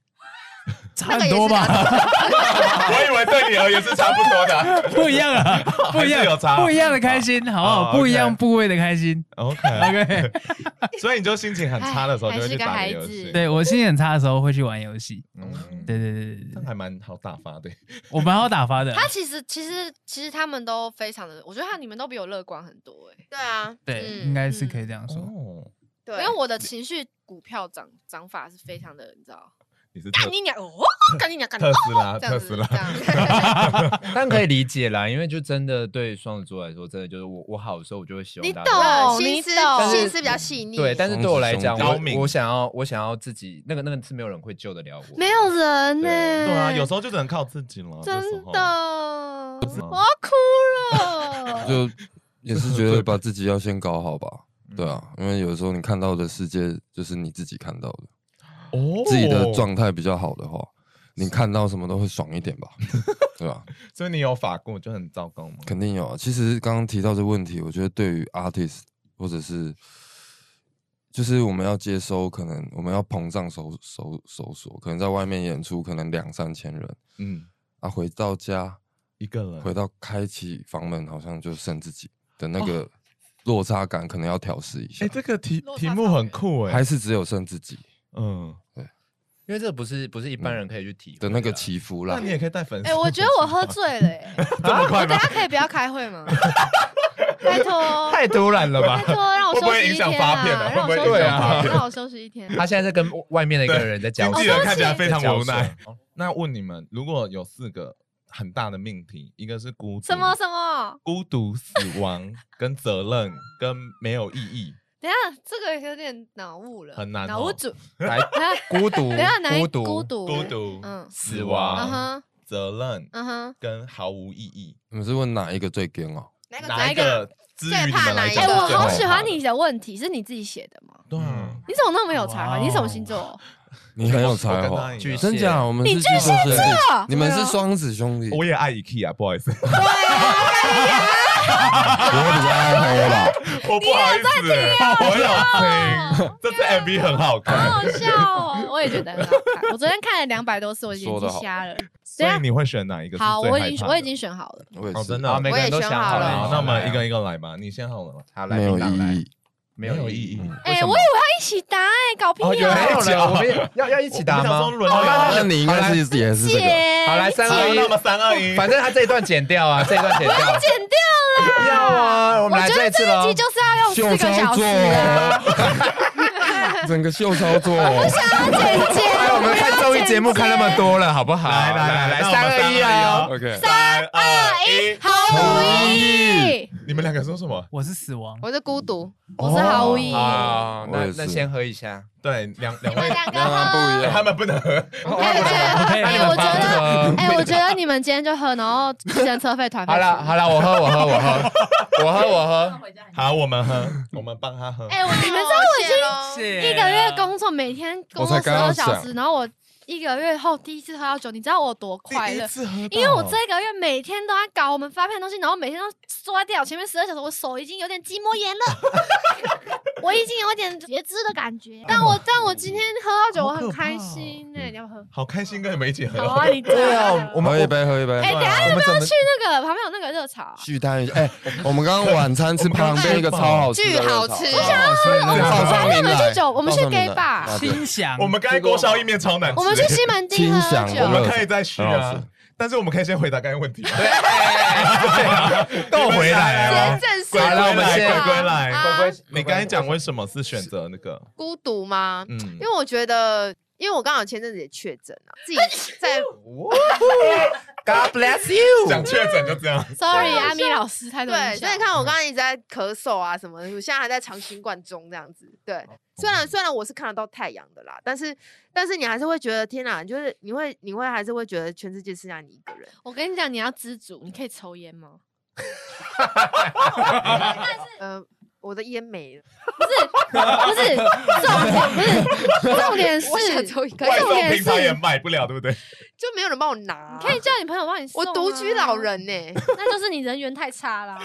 差 很多
那个
吧，
我以为对你而言是差不多的。
不一样啊，不一
还是有
样
差，
不一样的开心，好不
哦
好？
，OK
不一样部位的开心。
OK，
OK，
所以你就心情很差的时候
唉
就会去打
还
个
是个
游
孩子
戏，
对我心情很差的时候会去玩游戏。
嗯，
对对对对
这
对
样，还蛮好打发的。
我蛮好打发的啊。
他其实其实其实他们都非常的，我觉得他你们都比我乐观很多哎、
对啊，
对，
嗯
应该是可以这样说。
哦，
对，
因为我的情绪股票涨涨法是非常的，你知道？
你是
干
特
你 娘！哦，干你娘！干你
特
娘！
斯拉，
这样
特
子
斯拉
这。 样。
但可以理解啦，因为就真的对双子座来说，真的就是我我好的时候，我就会希望
你
大家
懂，
心
你
思
懂，
心思比较细腻。
对，但是对我来
双
讲，
子
我
兄弟
我想要我想要自己那个那个是没有人会救得了我，
没有人呢、
对
对啊，有时候就只能靠自己了。
真
这时候
的，我要哭了。
就也是觉得把自己要先搞好吧。对啊，因为有时候你看到的世界就是你自己看到的，
哦，
自己的，状态比较好的话，你看到什么都会爽一点吧，对吧、
所以你有法过就很糟糕吗？
肯定有啊。其实刚刚提到这个问题，我觉得对于 artist 或者是就是我们要接收，可能我们要膨胀搜搜搜索，可能在外面演出可能两三千人
嗯，
啊，回到家
一个
嗯
人
回到开启房门，好像就剩自己的那
哦
个落差感，可能要调试一下
哎，，这个题
落差
题目很酷哎，
还是只有剩自己
嗯，
因为这不是不是一般人可以去体
的
会
那个
啦
起伏
那
啦
嗯你。也可以带粉丝。
哎、我觉得我喝醉了、欸，
这么
我
快吗
等？下可以不要开会吗？拜 托，
太突然了吧
拜？托，让
会
我
不
休
会
息
影
一
响
天
发
啊！
片啊
让我
会
休
不
息
会
一
影响发片
天，
哦
让我 休息一天。
他现在在跟外面的一个人在交
经纪
涉
人看起来非常无
在交
奈
涉。哦
那问你们，如果有四个很大的命题，一个是孤独
什么什么？
孤独、死亡、跟责任、跟没有意义，
等一下这个有点脑雾了，
很难哦
脑雾组。
来
等一下
孤独
等一下，哪一
孤独
孤独，
孤独、
嗯
死
亡
亡
嗯哼，
责任，
嗯哼
跟毫无意义。
你们是问哪一个最干哦？
哪个
哪一个之于你们来讲
哎，
是
我
最
好
害
喜
怕
欢你的问题，是你自己写的吗？
对啊，哦
你怎么那么有才华？你什么星座？
你很有
我
才
跟他
华
一，样
真假？我们是
你
巨
巨
蟹
蟹
兄
座
弟，你们
啊
是双子兄弟，
我也爱 IKEA，不好意思，啊
我比较爱朋友吧。
我不好意思欸，
啊
我有 听，这次 MV 很好
好
看，
好笑 哦！我也觉得很好看。我昨天看了两百多次，我眼
说得
睛
好
瞎 了。
所
等一
以
下
你会选哪一个？
啊好，我已经我已。经选好了。
我也
哦，
是，
真的
好，
啊，
每个人都想好了，
好，那我们一个一个来吧，你先好了吧，
好来
没有
宾党来
意义。
没有意义。
嗯
哎，我以为要一起答，哎，搞屁
哦，有
啊！
人
没有
讲，我们也要要一起答
我们想
吗
说？轮到
那你应该是也是这个。
姐，
好，来
你
三
好
二
那我们
一，哦
三二一，
反正他这一段剪掉啊，这一段剪掉，
剪掉了。
要啊，我
我
们来
觉
这
得
一次
这一
喽
集。就是要用四
秀
个
操
小时
作
啊。
哦，整个秀操作哦，
姐姐，
哎，我们看综艺节目看那么多了，好不好？
来来来
来，
那我们
三二一啊！
OK，
三
哎
二一，
毫无意义，
你们两个说什么？哦
我是死亡，
我是孤独，
我是毫无意义。
好，
我
那
也是
那先喝一下。
对，两两
你们
位，
两个
那他
喝。
不一
哎他
样。
们不能喝，
哎
可以
哎，
可以
我觉得，
得
哎，我觉得你们今天就喝，然后计程车费、团费。
好了好了，我喝我喝我喝我喝我喝，
好，我们喝，我们帮他喝。
哎，我你们知道我已经
一
一个月工作，每天工作
我才
十
刚要
二
讲
小时，然后我一个月后第一次喝到酒，你知道我多快乐？因为我这个月每天都在搞我们发片的东西，然后每天都缩掉前面十二小时，我手已经有点筋膜炎了， 我已经有点截肢的感觉。但 我但我今天喝到酒，我很开心呢、你要喝？
好开心跟你们一起喝
好，啊，你
对啊，我们
喝一杯，喝一
哎、
杯。
等一下
我们怎么
去那个旁边有那个热炒啊、
续摊一下。哎，我们刚刚晚餐吃旁边一个超好吃的
巨好
热炒
吃
好好吃
我们
赵尚
哎那我
明
们
来
去酒，我们去
赵尚明
gay
来
bar，
啊对
心想
我们刚才锅烧意面超难吃，
我们去西门町喝
金
酒
享。
我
乐
们可以再去
很好吃
啊，但是我们可以先回答刚才问题。
倒
你
回
们
来
来
啊
啊
真！正是
鬼归
好了我们
来，
先
鬼归来。
啊，
你刚才讲为什么是选择那个？
孤独吗？
嗯，
因为我觉得，因为我刚好前阵子也确诊了， 自己在
God bless you。
讲确诊就这样。
Sorry，阿
啊
米老师太多
对，
影
所
响
以你看我刚刚一直在咳嗽啊什么的，我现在还在长新冠中这样子。对，
哦
虽然虽然我是看得到太阳的啦，但是但是你还是会觉得天哪，就是你会你会还是会觉得全世界剩下你一个人。
我跟你讲，你要知足，你可以抽 烟吗？
呃，我的烟没了，
不是重点，不是重点是，Oh
我想抽一根
可
外
是重
送
点
平台也
是，
卖不了，对不对？
就没有人帮我拿。啊
可以叫你朋友帮你送、啊
我独居老，人呢、
那就是你人缘太差啦。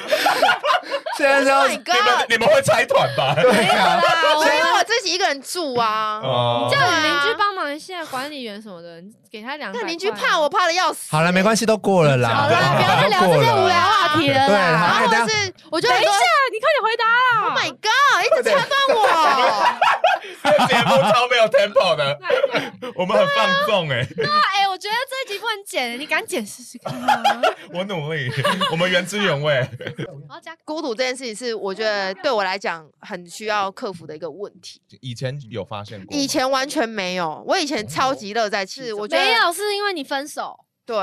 现在是
Oh
要
my
你们
god！
你们会拆团吧？
对啊，
所以我自己一个人住啊。
哦
叫
对
你邻
啊
居帮忙一下，管理员什么的，你给他两。啊
但邻居怕，我，怕的要死。
好了，没关
系。
系，都过了啦。
好啦，不要再聊
都
这
过
些
了
无聊啊话题了
对
啦。
好
然后
哎
或
等
者
下
是我觉
等
得
一
很多
下，你快点回答啦
Oh my God！一直掐断 我，
这节目超没有 tempo 的，我们很放纵哎，
哎、我觉得这一集不能剪，你敢剪试试看吗？
我努力，我们原汁原味。
我要加
孤独这件事情是我觉得对我来讲很需要克服的一个问题。
以前有发现过吗，
以前完全没有，我以前超级乐在其中。我觉得
没有，是因为哎你分手。
对，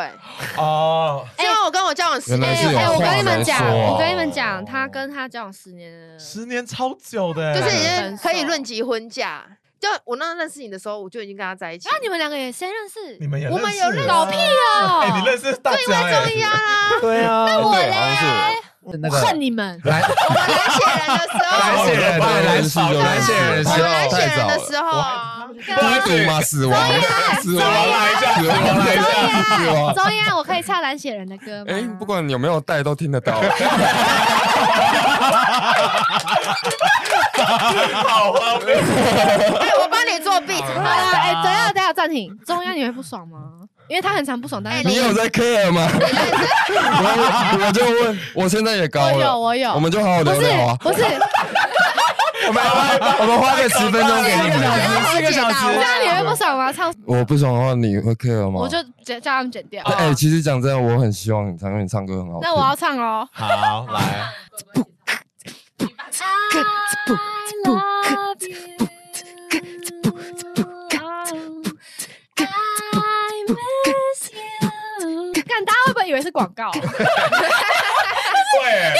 哦，
虽然我跟我交往十
原来
年
是，有
哎、我跟你们讲，
话没说
我跟你们讲，他跟他交往十年了，
十年超久的欸，
就是已经
分
可以
手
论及婚嫁。就我那认识你的时候，我就已经跟他在一起了。
那啊你们两个也先认识
你？们也
我们
认
有
识
认
了
搞
识
屁哦！
哎，你认识大家哎，
对呀啦，
对啊，
我
对，好像是
嘞
我，
那个
恨你们！
来
我们蓝血人的时
蓝
候
血，人
我们
对
认
蓝
识
血
就
人蓝血人的
我
时候
们蓝血
太
人
早
的
了。
时候，啊
孤独嘛，死亡，死亡
来一下
死
啊
亡来一下，死亡。
周啊燕，我可以唱蓝血人的歌吗？
哎，不管有没有带都听得到。
好荒谬。
哎，我帮你作弊，
好啦，哎，等一下等一下暂停，中央你会不爽吗？因为他很常不爽，但是
哎你有在 care 吗？我我就问，我现在也高
我有
了，
我有，
我们就好好
不
聊
是
聊啊。
不是，
我们我们花个十分钟给你们。
四个小时
这样你会不爽吗？唱
我不爽的话，你会 care 吗？
我就叫叫他们剪掉。
哎，其实讲真的，我很希望你唱，因为你唱歌很好听。
那我要唱哦。
好， 来，
看大家会不会以为是广告？
对，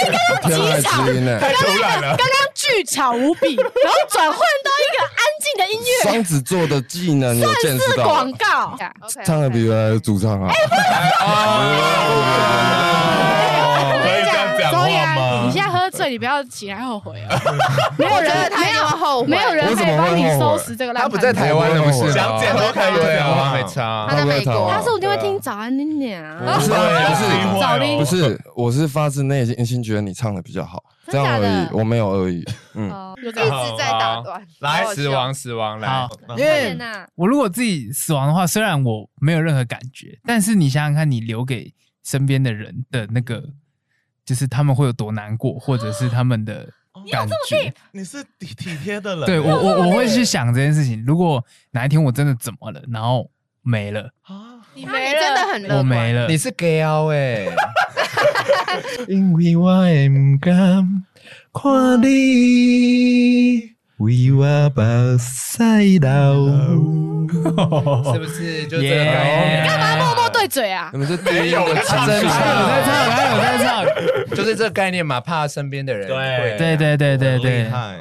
天籁之音呢？
太突然了，
刚刚巨吵无比，然后转换到一个安静的音乐，
双子座的技能有见识
是
到
广
吗，
告。
唱的比原来的主唱啊好。
我跟你讲，周
话吗
你现在喝醉，你不要起来后悔哦。没有
我觉
人
得，他
没
一定会后
有，
悔
没有人
我
可
怎么
以
会
帮你
后
收
悔
拾这个烂
他
摊
不
子。
在台湾了，不是吗？
想剪都可以
对啊，
剪
我
啊
还没差。
他在美国
他说一定会听早安的 娘，
不是
啊
不
早恋
是不是，我是发自内心心觉得你唱的比较好，这样而
真假
已，
的
我没有 而已。嗯，
哦有
一
这样
直在打断，好
来，
好
死
笑
亡，死亡，来
好，
快
因为
点呐！
我如果自己死亡的话，虽然我没有任何感觉，但是你想想看，你留给身边的人的那
嗯
个，就是他们会有多难过，或者是他们的
哦
感觉。
你是体体贴的人，
对我，我我会去想这件事情。如果哪一天我真的怎么了，然后没了，
你
那你真的很乐
我
观，
没了，
你是 gay
哦
哎， 因为我的不甘看你为我目屎流，是不是？就这个概
干
念，
嘛默默对嘴啊
你？们这没有
啊真
还有在
的
唱，还有在唱，
就是这个概念嘛，怕身边的人
对
对对对对
厉
对，
害。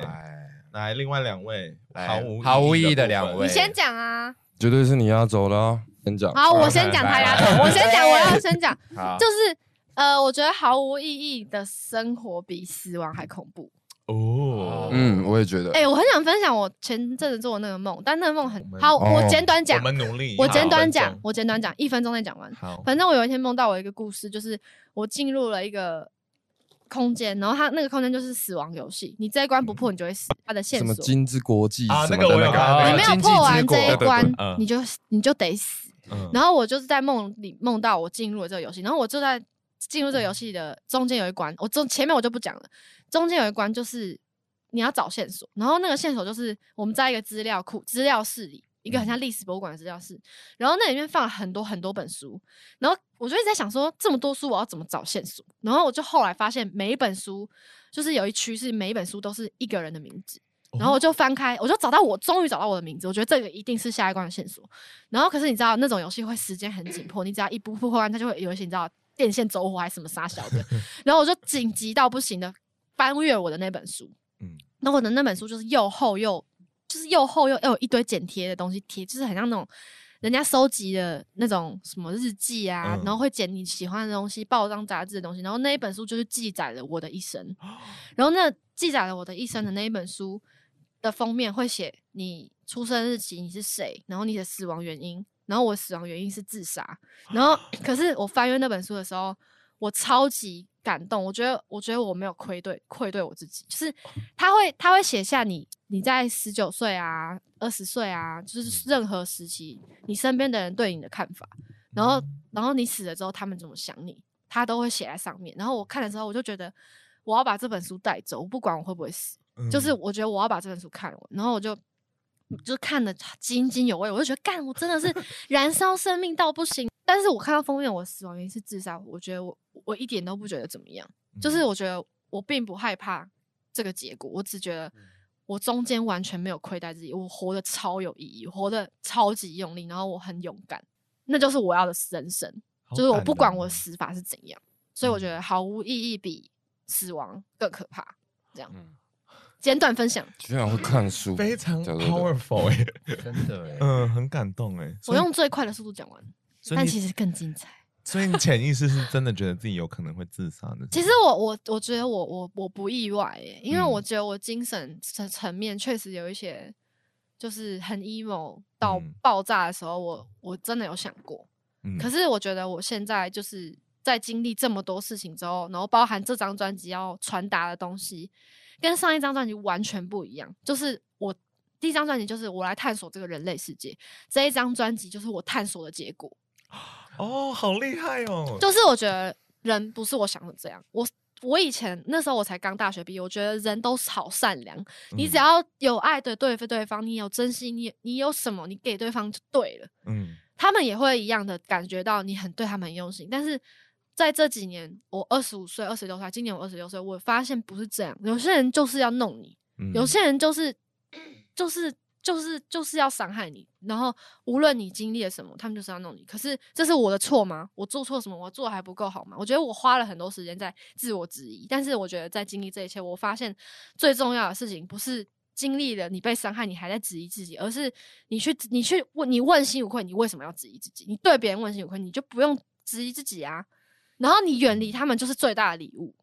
来，另外两位
来
毫无
毫无意
意
义的
部
两
分
位
你先讲啊！
绝对是你压轴了啊，先讲。
好，我先讲他呀，我先 讲，我要先讲，
啊
好
就是呃，我觉得毫无意义的生活比死亡还恐怖。
哦，
嗯，我也觉得
哎、。我很想分享我前阵子做的那个梦，但那个梦很
我们
好，我
哦
简短
我
讲，
们努力，
我简短
好
讲，，我简短讲，一分钟内讲完。
好，
反正我有一天梦到我一个故事，就是我进入了一个空间，然后它那个空间就是死亡游戏，你这一关不破，你就会死。它的线
什么
索，你
金之国际
嗯啊
什
那
么
个
的
我有
那
看到
个，啊
没
经
有
济
破
之
完
国
这一
对对
关
对嗯，
你就你就得死。
嗯
然后我就是在梦里梦到我进入了这个游戏，然后我就在进
嗯
入这个游戏的中间有一关，我中前面我就不讲了，中间有一关就是你要找线索，然后那个线索就是我们在一个资料库资料室里，一个很像历史博物馆的资料室，然后那里面放了很多很多本书，然后我就一直在想说这么多书我要怎么找线索，然后我就后来发现每一本书就是有一区是每一本书都是一个人的名字。然后我就翻开，我就找到我，终于找到我的名字。我觉得这个一定是下一关的线索。然后可是你知道那种游戏会时间很紧迫，你只要一步步破关，它就会有一些你知道电线走火还是什么傻小的。然后我就紧急到不行的翻阅我的那本书，
嗯
嗯，那我的那本书就是又厚又就是又厚又又有一堆剪贴的东西贴，就是很像那种。人家收集的那种什么日记啊，
嗯
然后会剪你喜欢的东西、报章杂志的东西，然后那一本书就是记载了我的一生。然后那记载了我的一生的那一本书的封面会写你出生日期、你是谁，然后你的死亡原因，然后我死亡原因是自杀。然后 可是我翻阅那本书的时候，我超级感动，我觉得我觉得我没有愧对愧对我自己，就是他会他会写下你你在十九岁啊、二十岁啊，就是任何时期你身边的人对你的看法，然后然后你死了之后他们怎么想你，他都会写在上面。然后我看的时候，我就觉得我要把这本书带走，我不管我会不会死，就是我觉得我要把这本书看完。然后我就就看的津津有味，我就觉得干，我真的是燃烧生命到不行。但是我看到封面，我死亡原因是自杀，我觉得我我一点都不觉得怎么样，就是我觉得我并不害怕这个结果，我只觉得。我中间完全没有亏待自己，我活得超有意义，我活得超级用力，然后我很勇敢，那就是我要的人生。就是我不管我死法是怎样，所以我觉得毫无意义比死亡更可怕。这样，简短分享，
居然会看书，
非常
对对对
powerful 哎，
真的哎，
嗯，很感动哎。
我用最快的速度讲完，
所以
但
你
其实更精彩。
所以你潜意识是真的觉得自己有可能会自杀的。
其实我我我觉得我我我不意外耶，因为
嗯
我觉得我精神层层面确实有一些，就是很 emo 到
嗯
爆炸的时候，我我真的有想过。
嗯
可是我觉得我现在就是在经历这么多事情之后，然后包含这张专辑要传达的东西，跟上一张专辑完全不一样。就是我第一张专辑就是我来探索这个人类世界，这一张专辑就是我探索的结果。
哦，好厉害
嗯
哦！
就是我觉得人不是我想的这样，我。我以前那时候我才刚大学毕业，我觉得人都是好善良，你只要有爱的对对方，你有珍惜，你你有什么，你给对方就对了。
嗯
他们也会一样的感觉到你很对他们很用心。但是在这几年，我二十五岁、二十六岁，今年我二十六岁，我发现不是这样，有些人就是要弄你，
嗯
有些人就是就是就是就是要伤害你，然后无论你经历了什么，他们就是要弄你。可是这是我的错吗？我做错什么？我做的还不够好吗？我觉得我花了很多时间在自我质疑，但是我觉得在经历这一切，我发现最重要的事情不是经历了你被伤害，你还在质疑自己，而是你去你去问你问心无愧，你为什么要质疑自己？你对别人问心无愧，你就不用质疑自己啊。然后你远离他们就是最大的礼物。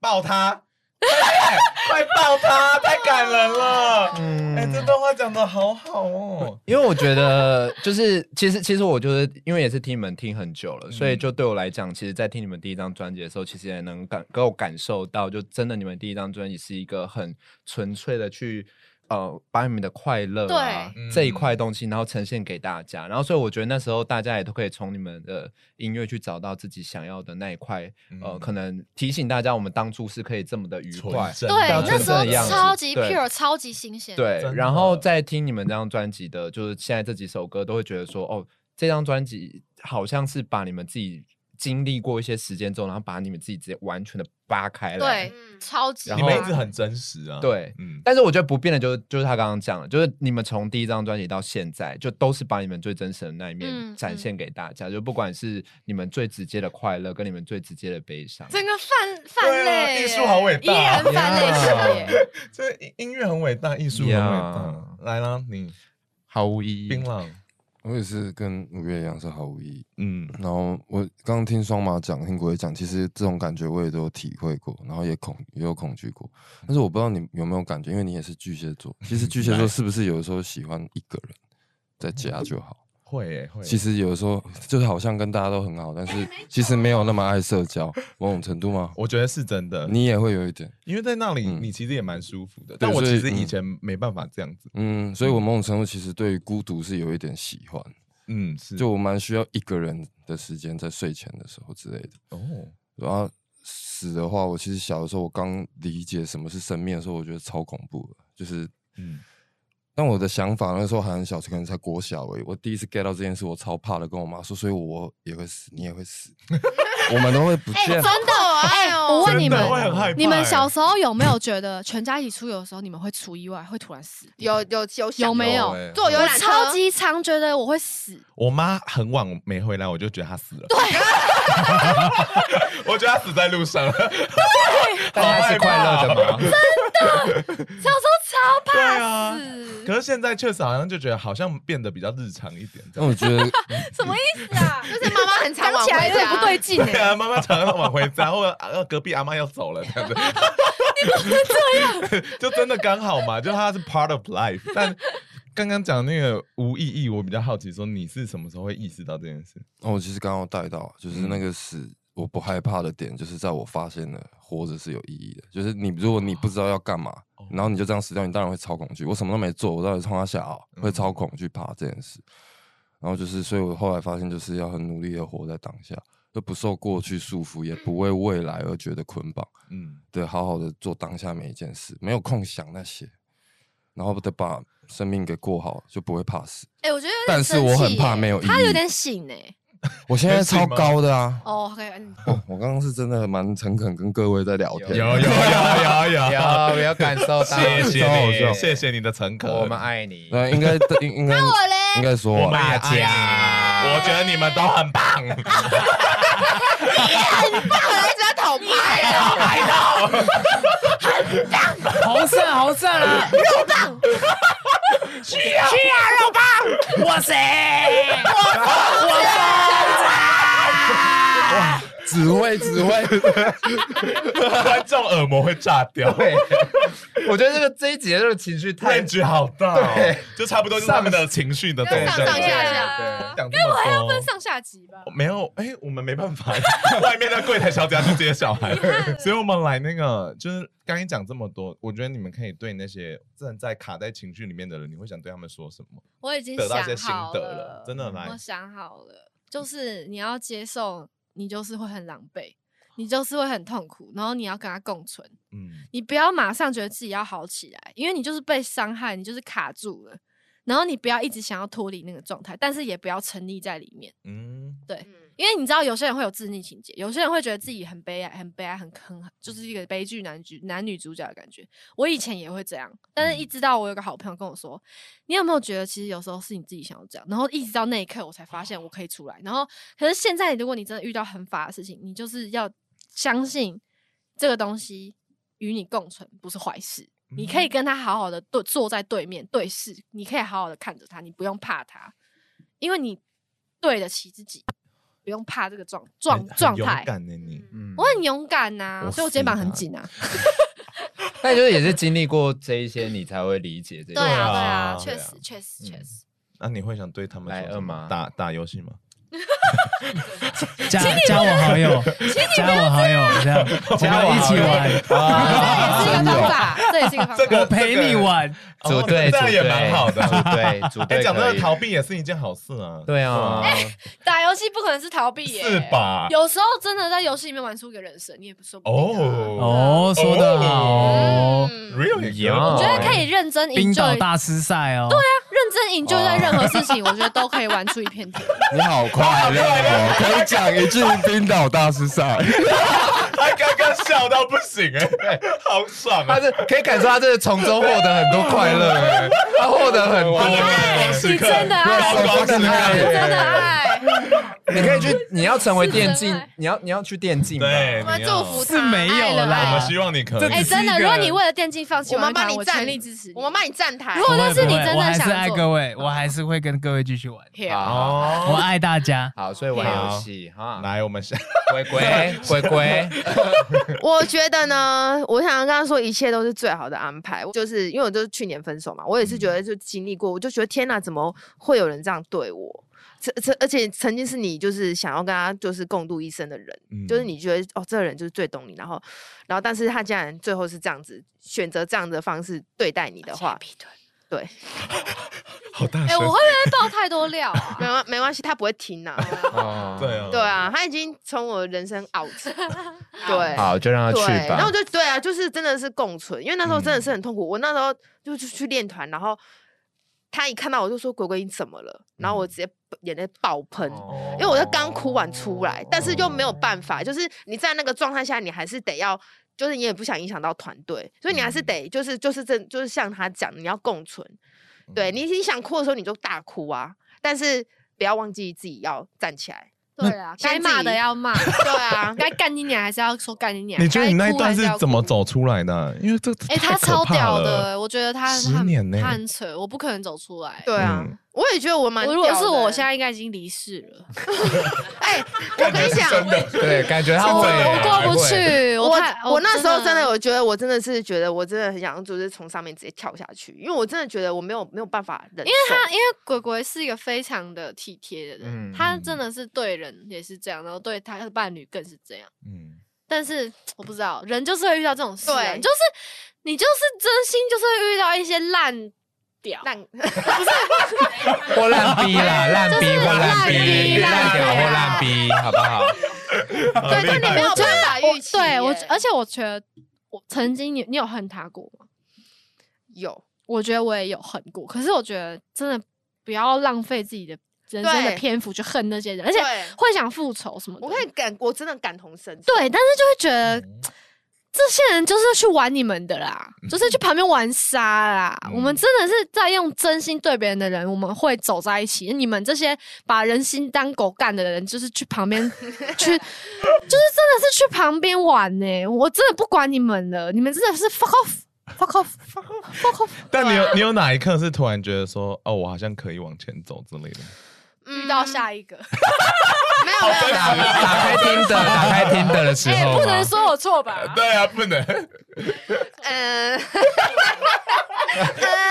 抱他，哎快抱 他，太感人了！
嗯
哎，这段话讲的好好 哦。
因为我觉得，就是其实其实我就是因为也是听你们听很久了，所以就对我来讲，其实，在听你们第一张专辑的时候，其实也能感给我感受到，就真的你们第一张专辑是一个很纯粹的去呃把你们的快乐啊
对
这一块东西，然后呈现给大家。然后，所以我觉得那时候大家也都可以从你们的音乐去找到自己想要的那一块，呃，
嗯
可能提醒大家，我们当初是可以这么的愉快，
纯真
对
到，
那
纯
时
真
候
的样子
超级
对
pure，超级新鲜。
对
真，
然后再听你们这张专辑的，就是现在这几首歌，都会觉得说，哦，这张专辑好像是把你们自己经历过一些时间之后，然后把你们自己直接完全的扒开来。
对，超级
然
你
后
们一
棒
直很真实啊。
对
嗯，
但是我觉得不变的就是，就是他刚刚讲的，就是你们从第一张专辑到现在，就都是把你们最真实的那一面
嗯
展
嗯
现给大家，就不管是你们最直接的快乐，跟你们最直接的悲伤。
整个泛
对
泛
啊
类耶，
艺术好伟大啊
依然泛类 型耶。
这音音乐很伟大，艺术很伟大
Yeah。
来啦，你
毫无意义。
槟榔，
我也是跟五月一样是毫无意义。
嗯，
然后我刚刚听双马讲，听国伟讲，其实这种感觉我也都有体会过，然后也恐也有恐惧过。
嗯
但是我不知道你有没有感觉，因为你也是巨蟹座。其实巨蟹座是不是有的时候喜欢一个人在家就好？
会耶会耶。
其实有的时候就是好像跟大家都很好，但是其实没有那么爱社交，某种程度吗？
我觉得是真的，
你也会有一点，
因为在那里
嗯
你其实也蛮舒服的，但我
所
其
以
实以
嗯
前没办法这样子。
嗯，所以我某种程度其实对于孤独是有一点喜欢，
嗯，是
就我蛮需要一个人的时间，在睡前的时候之类的。
哦，
然后死的话，我其实小的时候，我刚理解什么是生命的时候，我觉得超恐怖的，就是
嗯
嗯。但我的想法那时候还很小，可能才国小而已。我第一次 get 到这件事，我超怕的，跟我妈说，所以我也会死，你也会 死，我们都会不见。
哎 真的哎，我问你
真
们
的，会很害怕耶。欸
你们
欸
小时候有没有觉得全家一起出游的时候，你们会出意外，会突然死？
有有有
有
想
没有？
欸
坐游
我
览车
超级常觉得我会死，
我妈很晚没回来，我就觉得她死了。 对，我觉得她死在路上了。
大家是快乐的吗？
小时候超
对
怕
啊
死，
可是现在确实好像就觉得好像变得比较日常一点这
但
样。
我觉得
什么意思啊？
就是妈妈很常
讲
晚
起来
回
有点
家，
不对劲
对
哎。
啊，妈妈常常晚回家，或者啊隔壁阿妈要走了这样子。你怎么这样？就真的刚好嘛，就它是 part of life。但刚刚讲那个无意义，我比较好奇，说你是什么时候会意识到这件事？
哦，我其实刚刚有带到，就是那个死我不害怕的点，就是在我发现了活着是有意义的。就是你如果你不知道要干嘛，然后你就这样死掉，你当然会超恐惧。我什么都没做，我到底冲他下啊，会超恐惧怕这件事。然后就是，所以我后来发现，就是要很努力的活在当下，就不受过去束缚，也不为未来而觉得捆绑。
嗯，
对，好好的做当下每一件事，没有空想那些，然后得把生命给过好，就不会怕死。
哎，我觉得有点
但是我
生
很
气欸
怕
耶
没有意
他有
义
点醒哎。
我现在
很醒
超
吗
高的啊！
哦，OK，嗯
哦，我刚刚是真的蛮诚恳跟各位在聊天，
有有有有。
有，我有感受到，
谢
超好
谢
笑
你，谢谢你的诚恳。
我们爱你。
那应该应应该应该说啊
我
完
们
了，
也爱你，我觉得你们都很棒。
一直在讨拍啊，
好赞，好赞啊！肉棒，去啊，去啊，肉棒！哇塞，
只会只会，
观众耳膜会炸掉
对，我觉得这个这一集的这个情绪太
，range 好大哦，
对
就差不多就是他们的情绪的
上上下下，
对讲这么多，
分上下集吧。
没有，哎、我们没办法，外面的柜台小姐要去接小孩，所以我们来那个，就是刚才讲这么多，我觉得你们可以对那些正在卡在情绪里面的人，你会想对他们说什么？
我已经
得到一
想
些心
好
得了，真的来
我，想好了，就是你要接受，你就是会很狼狈，你就是会很痛苦，然后你要跟他共存。
嗯，
你不要马上觉得自己要好起来，因为你就是被伤害，你就是卡住了。然后你不要一直想要脱离那个状态，但是也不要沉溺在里面，
嗯，
因为你知道有些人会有自溺情节，有些人会觉得自己很悲哀、很悲哀、很很就是一个悲剧男主男女主角的感觉。我以前也会这样，但是一直到我有个好朋友跟我说，你有没有觉得其实有时候是你自己想要这样？然后一直到那一刻我才发现我可以出来。然后可是现在如果你真的遇到很法的事情，你就是要相信这个东西与你共存不是坏事。你可以跟他好好的对坐在对面对视，你可以好好的看着他，你不用怕他，因为你对得起自己，不用怕这个状状
很
状
很勇
态。
敢呢、你
嗯
我很勇敢呐、
我
所以我肩膀很
服啊
紧啊。
那就是也是经历过这一些，你才会理解这
对
个。
啊，对
啊
啊，确
对啊
实，确实，确
嗯
实。
那、你会想对他们
来
说什么
二麻
打打游戏吗？
加加我好友，加我好友，这样加我一起玩，
哦
这也是一个方法，这也是一个方法。
我 陪你玩。
组队，
这样也
组队
蛮好的
组队，组
哎、
队。
讲真
可
的，
以
逃避也是一件好事啊。
对啊，
打游戏不可能是逃避耶，
是吧
有时候真的在游戏里面玩出一个人生，你也不说不定啊、
哦，
哦
说得好哦，
嗯，
，really
呀
我觉得
哦
可
哎
以认真
冰岛
enjoy，
大师赛哦，对啊，
认真 enjoy 在任何事情，我觉得都可以玩出一 片天。
你好快乐哦！可以讲一句冰岛大师赛，
他刚刚笑到不行哎、好爽啊
他！是可以感受他这从中获得很多快乐，哎 他获得很多。
你真的爱，
高光时
你
刻，
真的爱，
你可以去，你要成为电
是
竞
真爱，
你要你要去电竞吧。
对，
我们
你要
祝福
是
他，
没有
爱了
啦
我
爱
们
了。
希望你可
这
以
哎，真的，如果你为了电竞放弃
我
玩
们帮
乐团，
你
我
站
全力支持你。
我们帮你站台
如。果但是
不
你
会
真
我
的
还是
想
爱
做啊
各位，我还是会跟各位继续玩，
好，
我
哦。
爱大家。
好，所以玩游戏哈，
来，我们下
龟 龟龟龟，
我觉得呢，我想跟他说，一切都是最好的安排。就是因为我就是去年分手嘛，我也是觉得就经历过，我就觉得天哪，怎么会有人这样对我？这这，而且曾经是你就是想要跟他就是共度一生的人，就是你觉得哦，这个人就是最懂你，然后然后，但是他竟然最后是这样子选择这样的方式对待你的话，
劈腿。
好大
哎，我
声
会，不会爆太多料啊？
没关没关系，他不会听啊呐、
哦
对啊，
对啊，他已经从我人生 out，了对，
好，就让他
对，
去
然后
吧
我。就对啊，就是真的是共存，因为那时候真的是很痛苦。我那时候就就去练团，然后他一看到我就说：“鬼鬼你怎么了？”
嗯
然后我直接眼泪爆喷。因为我是刚哭完出来，但是又没有办
哦
法，就是你在那个状态下，你还是得要，就是你也不想影响到团队，所以你还是
嗯
得就是就是这就是像他讲，你要共存，
嗯
对你你想哭的时候你就大哭啊，但是不要忘记自己要站起来，
对啊，
先
该
自
骂的
己
要骂，
对啊，
该干你娘还是要说干你娘。
你觉得你那一
该哭
段
还
是
要
怎么
哭？
走出来的？啊因为这
哎、
太
他
可
超
怕
屌的、
了
我觉得他
十
他很
年呢
他很扯，我不可能走出来。
对啊，
嗯
我也觉得我蛮
我
屌
如
的欸。
果是我，我现在应该已经离世了，
哎，我跟你讲，
对，感觉他
我
会，
我过不去。
我
太
我那时候真的，
有
我觉得我真的是觉得我真的很想就是从上面直接跳下去，因为我真的觉得我没有没有办法忍受。因为
他，因为鬼鬼是一个非常的体贴的人，
嗯
他真的是对人也是这样，然后对他的伴侣更是这样。
嗯，
但是我不知道，人就是会遇到这种事、啊，
对
你就是你就是真心就是会遇到一些烂屌，
让
或烂逼啦，烂逼或烂逼，烂屌或烂逼，好不好？
对，但你没有办法
我
预期耶。
对我，而且我觉得我曾经你你有恨他过吗？
有
我觉得我也有恨过，可是我觉得真的不要浪费自己的人生的
对
篇幅去恨那些人，而且
对
会想复仇什么的。
我可以感，我真的感同身受。
对，但是就会觉得。
嗯
这些人就是去玩你们的啦，就是去旁边玩沙啦。
嗯
我们真的是在用真心对别人的人，我们会走在一起。你们这些把人心当狗干的人，就是去 旁边去，就是真的是去旁边玩呢、我真的不管你们了，你们真的是 fuck off，fuck off，fuck off，fuck off。
但你有你有哪一刻是突然觉得说，哦，我好像可以往前走之类的？
嗯，
遇到下 一个，
没有没有没有
打打开听的，打开听的的时
哎、
候
不
吗
能说我错吧？
对啊，不能
嗯，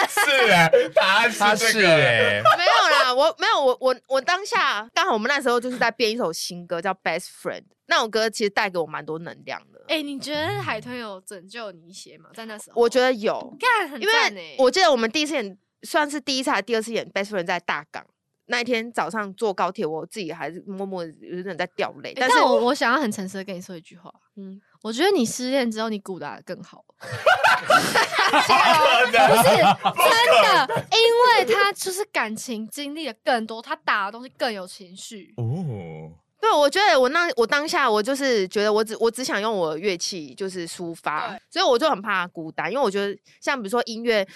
是啊，答案
他
是欸这
是
个
哎，
没有啦，我没有，我我我当下刚好我们那时候就是在编一首新歌叫《Best Friend》，那首歌其实带给我蛮多能量的。
哎、你觉得海豚有拯救你一些吗？在那时候，
我觉得有，
干很
因
赞欸呢、
为我记得我们第一次演，算是第一次还是第二次演《Best Friend》在大港。那一天早上坐高铁，我自己还是默默地有点在掉泪，
欸但
但是
我 我想要很诚实的跟你说一句话，
嗯，
我觉得你失恋之后你鼓打的更好，
真的
不是真的，因为他就是感情经历的更多，他打的东西更有情绪。
哦，
对我觉得我那我当下我就是觉得我只我只想用我的乐器就是抒发，所以我就很怕孤单，因为我觉得像比如说音乐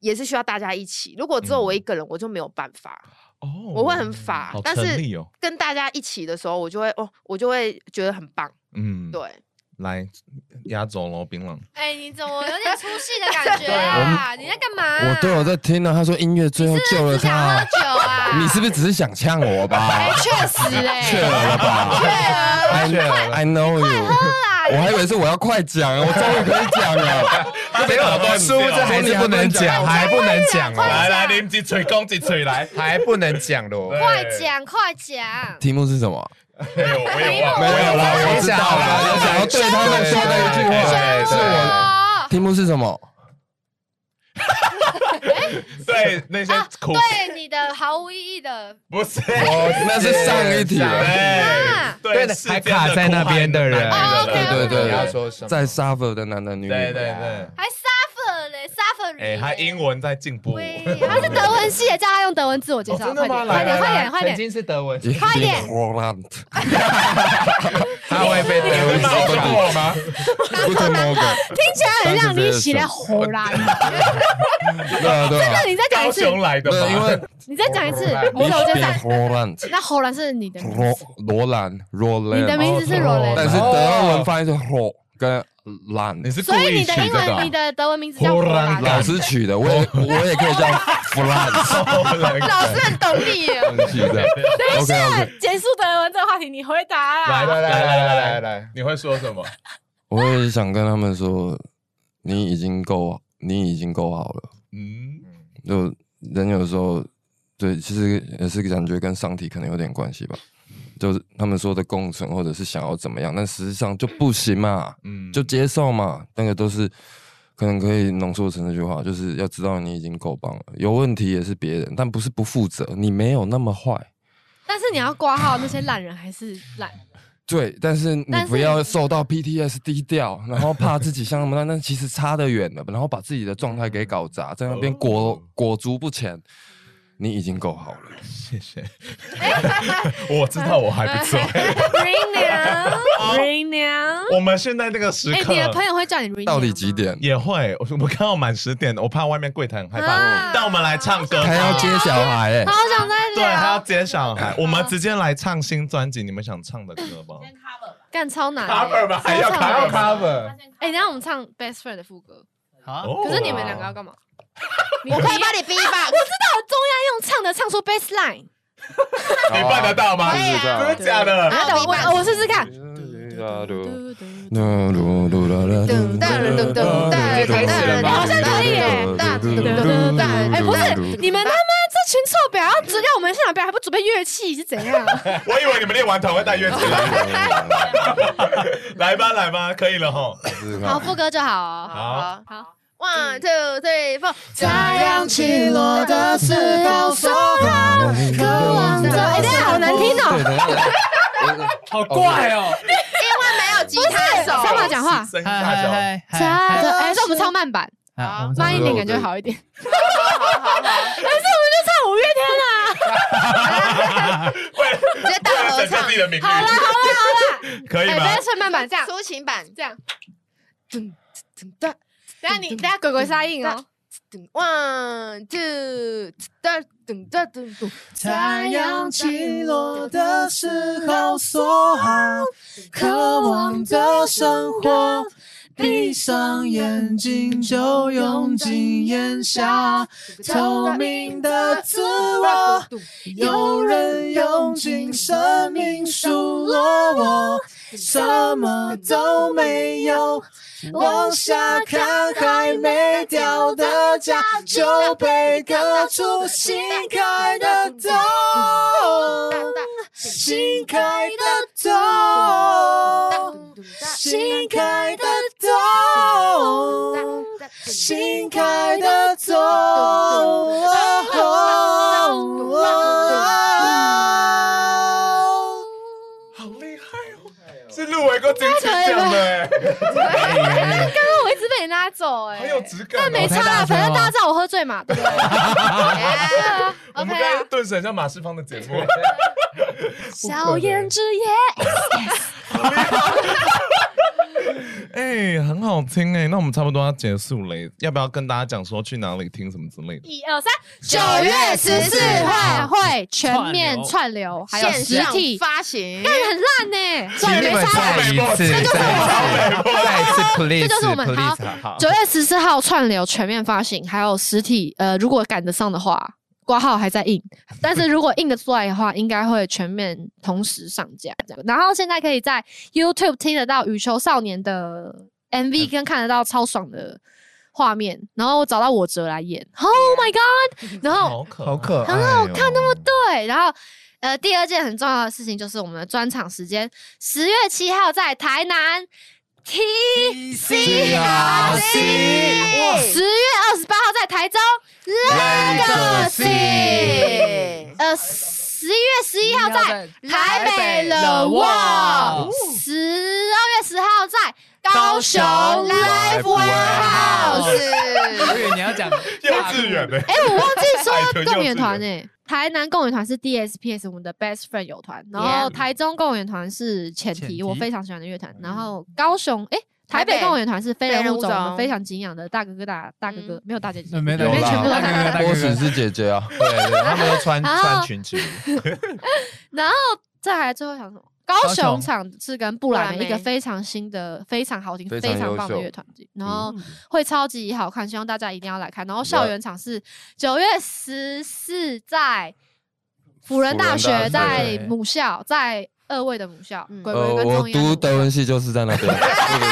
也是需要大家一起，如果只有我一个人，我就没有办法，
嗯哦
我会很乏
好，
但
成
是
立哦
跟大家一起的时候，我就会哦，我就会觉得很棒，
嗯，
对。
来压轴喽，槟榔。
哎，你怎么有点出戏的感觉啊？你在干嘛啊？
我对我在听呢，他说音乐最后救了
不想喝
他。
酒啊？
你是不是只是想呛我吧
哎，确实
确
哎，
了吧
太确了，
？I know you。我还以为是我要快讲，啊我终于可以讲 了。
没有都
殊不知还是不能讲，还不能讲
来
哦，
来，你们几嘴攻几嘴来。
还不能讲的哦。
快讲快讲！
题目是什么？
没有，我有忘
没
了，
有啦，我知道了。我想要对他们说的一句话是我。
哦，
题目是什么？
对那
啊
些苦
对你的毫无意义的
不是，
哦那是上一题了。
对
对
对，
还卡在那边的人，
哦
对对对
你要说什么？
在 suffer 的男男女女。
对对对。
还 suffer 嘞，suffer 嘞
哎，他英文在进步，
喂，他是德文系的，叫他用德文自我介绍，
哦真的
快点，
吗
快
来
点，快
来
点，快
曾
点，
经是德文，
快点
Roland，
他会被德文
骂
系
过我吗？
不怎么个。
听起来很让你起来吼啦！
对啊对啊
那。你再讲一
高
次，
雄来的
对，因
吗？
为
你再讲一次，
你
我我就
比
在。
Roland，
那荷兰是你的名字，
罗罗兰
你的
Roland，哦
名字是罗
但
兰，
是德文翻译是 Ro 跟兰。
你是故
所以
意
你
取
的英
这个
文，
啊
你？的德文名字叫荷兰。
老师取的，我也我也可以叫 Flan，
老师很懂你耶。
取 的。OK OK，
结束德文这个话题，你回答啊啦。
来来来来来来来，
你会说什 么？
我也想跟他们说，你已经够，你已经够好了。
嗯，
就人有时候，对，其实也是感觉跟上体可能有点关系吧。就是他们说的共存，或者是想要怎么样，但实际上就不行嘛，
嗯
就接受嘛。那个都是可能可以浓缩成这句话，就是要知道你已经够棒了。有问题也是别人，但不是不负责，你没有那么坏。
但是你要挂号那些懒人还是懒，
对，但是你
但是
不要受到 PTSD 掉，然后怕自己像他们那，那其实差得远了，然后把自己的状态给搞砸，在那边裹裹足不前，你已经够好了。
谢谢。我知道我还不错。
哎 Ring 娘，Ring 娘。
我们现在这个时
哎，
刻
你的朋友会叫你 Ring
到底
娘
几
吗？
点？
也会，我们刚好满十点，我怕外面柜台很害
啊
怕。但我们来唱歌，
他要接小孩哎、
好想啊再
对，他要
聊，
接小孩，我们直接来唱新专辑，你们想唱的歌 吧？
干超难的。
cover 吧，还要还要 cover，
哎，等一下我们唱 Best Friend 的副歌，
好，
哦
可是你们两个要干嘛？
我快把你逼吧！
到中央用唱的唱出 bass line，
你办得到吗？
对啊
真的假的？
啊，等我我我试试看。哎，不是，你们他妈这群臭婊要准让我们现场表演，还不准备乐器是怎样？
我以为你们练完团会带乐器来，来吧来吧，可以了吼。
啊
好，副歌就好哦。
好，
好，
One two three four，
太阳起落的时候说
哎
好，渴望着。哎，等一下好难听哦，
好怪哦！
因为没有吉他手，
三马讲话。
声音
嗨
大小，
嗨嗨嗨！
哎，还是我们唱慢版，
好，我们
慢一
唱
点感觉好一点。
等下
直接大合唱
自，己的名字，
好啦好啦好啦，
可以
哎，
吗
不要？唱慢版，这样
抒情版。
这样。等下你等下鬼鬼杀印哦。
One two，噔噔噔噔噔，
太阳起落的时候说好，渴望着生活，闭上眼睛就用尽眼下透明的自我。有人用尽生命数落我，什么都没有。往下看，还没掉的家就被割出新开的洞，新开的洞，新开的洞，新开的洞。
好厉害哦！ 是入围过金曲奖的 哎，
刚刚我一直被你拉走，哎，
很有质感哦。
没差啦，反正大家知道我喝醉嘛，对不对
Yeah，
我们刚
？OK 啊
刚。顿时很像马世芳的节目，
小燕之夜，
哎、很好听哎、那我们差不多要结束了耶、要不要跟大家讲说去哪里听什么之类的？
一二三，
九月十四
号
号会
串
全面
流
串流，还有
线
实
上
体，
发行，
但很烂呢，
请你们再一次，再一次，再一次，please，
这就是我们
please，好，
九月十四号串流全面发行，还有实体，呃，如果赶得上的话。挂号还在印，但是如果印得出来的话，应该会全面同时上架。这样然后现在可以在 YouTube 听得到《羽球少年》的 MV，跟看得到超爽的画面。然后找到我哲来演，Oh my god！然哦后
可
好可爱，哦
很好看那么对，然后呃，第二件很重要的事情就是我们的专场时间，十月七号在台南 T C R C，十月二十八号在台中 Legacy，呃，十一月十一号在台北了哇，十二月十号在高雄 Live Warehouse。
是
我以为你要讲
幼稚园的、
哎、我忘 记说
海豚幼稚
共演团诶、台南共演团是 DSPS 我们的 best friend 友团，然后
Yeah
台中共演团是前提，
前提
我非常喜欢的乐团，然后高雄诶、台北
台北
共演团是非
非人
人
物
物种，
种
我们非常敬仰的大哥哥大大哥哥，没有大姐姐，
没
里面
有啦
全部都大哥哥。
大
波喜是姐姐啊，
对对，他们都穿
然后
穿裙裙，
然后再来最后想什么？高
高雄
雄场是跟布
布
莱
莱
梅
梅
一个非常新的、非常好听、
非
非
常
常棒的
优秀
乐团，然后
嗯
会超级好看，希望大家一定要来看。然后校园场是九月十四在辅仁大
辅
学，
仁大
在
学
母校，在二位的母校，
嗯
鬼
呃，
鬼跟
我
中一安
读
的
德
母校
文系就是在那边，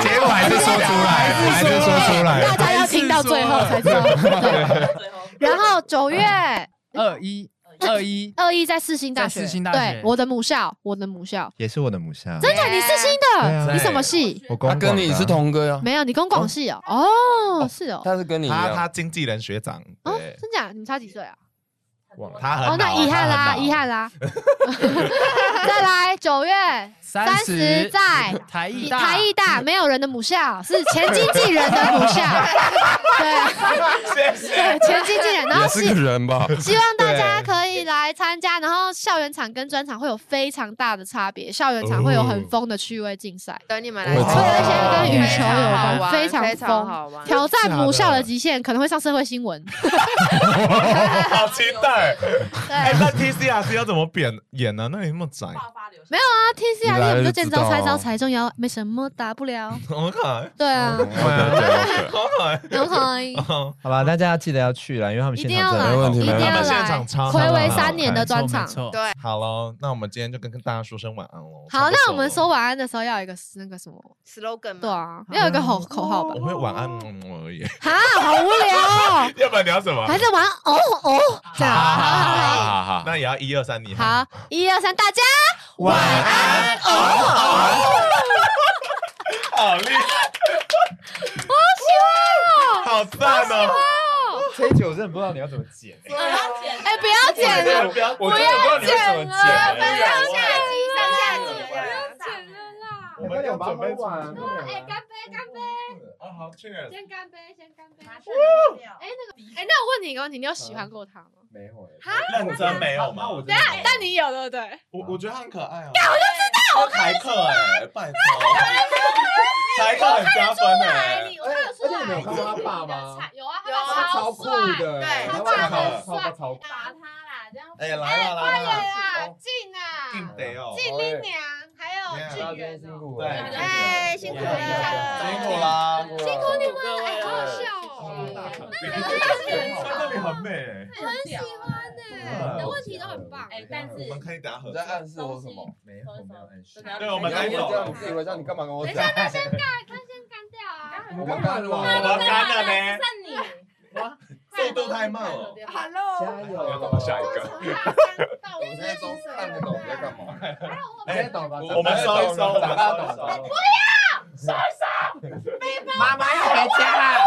结果还是说出来，还是说出
大
来，
家要听到最后才知道。对然后九 月
二一二一，
二一在世新大
在
学，
世新大
对
学
我的母校，我的母校，
也是我的母校，
真的你世新的，
嗯对
你什么系？
我公
他
馆
跟
的
你是，同哥呀，
没有，你跟广系哦，哦，是哦，
啊他是跟你一
他
样，
他经纪人学长，
哦
对，，
真假？你们差几岁啊？
忘了他很
哦，那遗憾啦，遗憾啦。 再来九月
三
十在
台艺大
台艺大没有人的母校，是前经纪人的母校。对，对，前经纪人，然后
也是
希
个人
啊
吧，
希望大家可以来参加，然后校园场跟专场会有非常大的差别，校园场会有很疯的趣味竞赛。
等你们来
我
看，
知道会有一些跟羽
球哎有关
哎好玩
非常
非
疯
常好玩。
挑战母校的极限，可能会上社会 新闻。
好期待。哎、
对，
那 T C R C 要怎么演演呢、那你那么窄，
那啊 T C
你
R
来
D 我
了
们
就知
就见
道
招拆
哦
招踩中摇，没什么大不了。
好可
对啊，
好可爱。
有可以。
好吧，大家记得要去了，因为他们
一
现
定
场
要
真的
来，
没问题
一定
没
要
问
来！
题现场超
回
好
味
看
三年的专
没
场。
错，
对，
好喽，那我们今天就跟跟大家说声晚安喽。差
好，
不多
那我们
了
说，晚安的时候要有一个那个什么，
slogan 哦嘛
对啊，要有一个口口号吧
我？会晚
哦
安嗯嗯而已，
哈，好无 聊哦，
要不然你要什么？
还在玩哦哦，这样。好好好
好好
那也要一二三，你
好，一二三，大家
晚安。
哦
好厉害，好喜欢哦，好赞哦！
这一集我真的不知道你要怎么剪，
哎，不要哎剪了，
不要，我真的不知道你要怎么剪。
上下集，上下集，不要
剪了啦！
我们要准备出去了
哎，干杯，干杯，
啊，好，Cheers！
先干杯，先干杯。
哎，那我问你一个问题，你有喜欢过他吗？
没有
认真没有吗？
等下
但你有对不对？
我我觉得他很可爱啊！我就知道，台客哎，拜托，台客很加分哎。
我看得出来，
而且你有看过他爸
Dạ,
吗？
有啊，
有啊
他超帅，
的
对
他
他
爸
爸
爸
很
超
帅
超
Dạ,
打他啦，这样
哎，来了
快
来
点
了，
啊，进啊，
定得哦！
纪林娘，还有
对啊
俊元哦，
苦
了
哎，辛苦
辛
了，
苦啦！
辛苦
你们哎，好好笑哦，
这里很美
啊
欸，
很喜欢呢，你的问题都很棒，哎
哎，但是
我们可以打合
你
照
在。暗示我什么？
没有，我没有暗示。
对，啊我们可以走
这
了
样，自以为这样，你干嘛跟我讲？
干掉啊，
我们干了，
我们干了呢，
剩你。
速度太慢了。
哦
加
哎要
油！
到下一个。
我现在都看不懂你在干嘛。
哎，懂吧？
我们收一收，我们收一收。
哎
妈妈要回家了，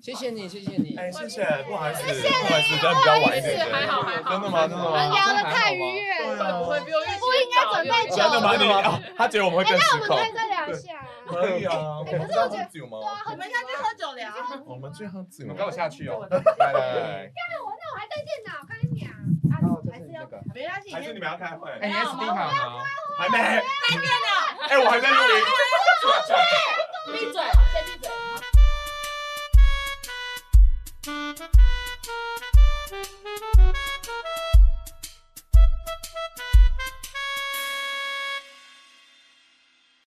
谢谢你，谢谢你。
哎，谢谢，不好意思，不好意思，
哦
但比较晚一点。还好还好。真的吗？真的
我们
吗？
聊的太愉悦了，不应该准备酒，
真
啊
的吗？你哦，他
哎
觉得我们会更
那我
失
们
控
可。以再聊一下，
可以啊，我
哎可
们
是我觉得
喝酒吗？
我们下去喝酒 聊，
我们去喝酒。
你们跟我下去哦。来来来，
我还带电脑，干你啊，还是要。
哦那个，
没关系，
还是你们要开会？
哎，你要
Steve 吗？还没，再见了。哎，我还在录音。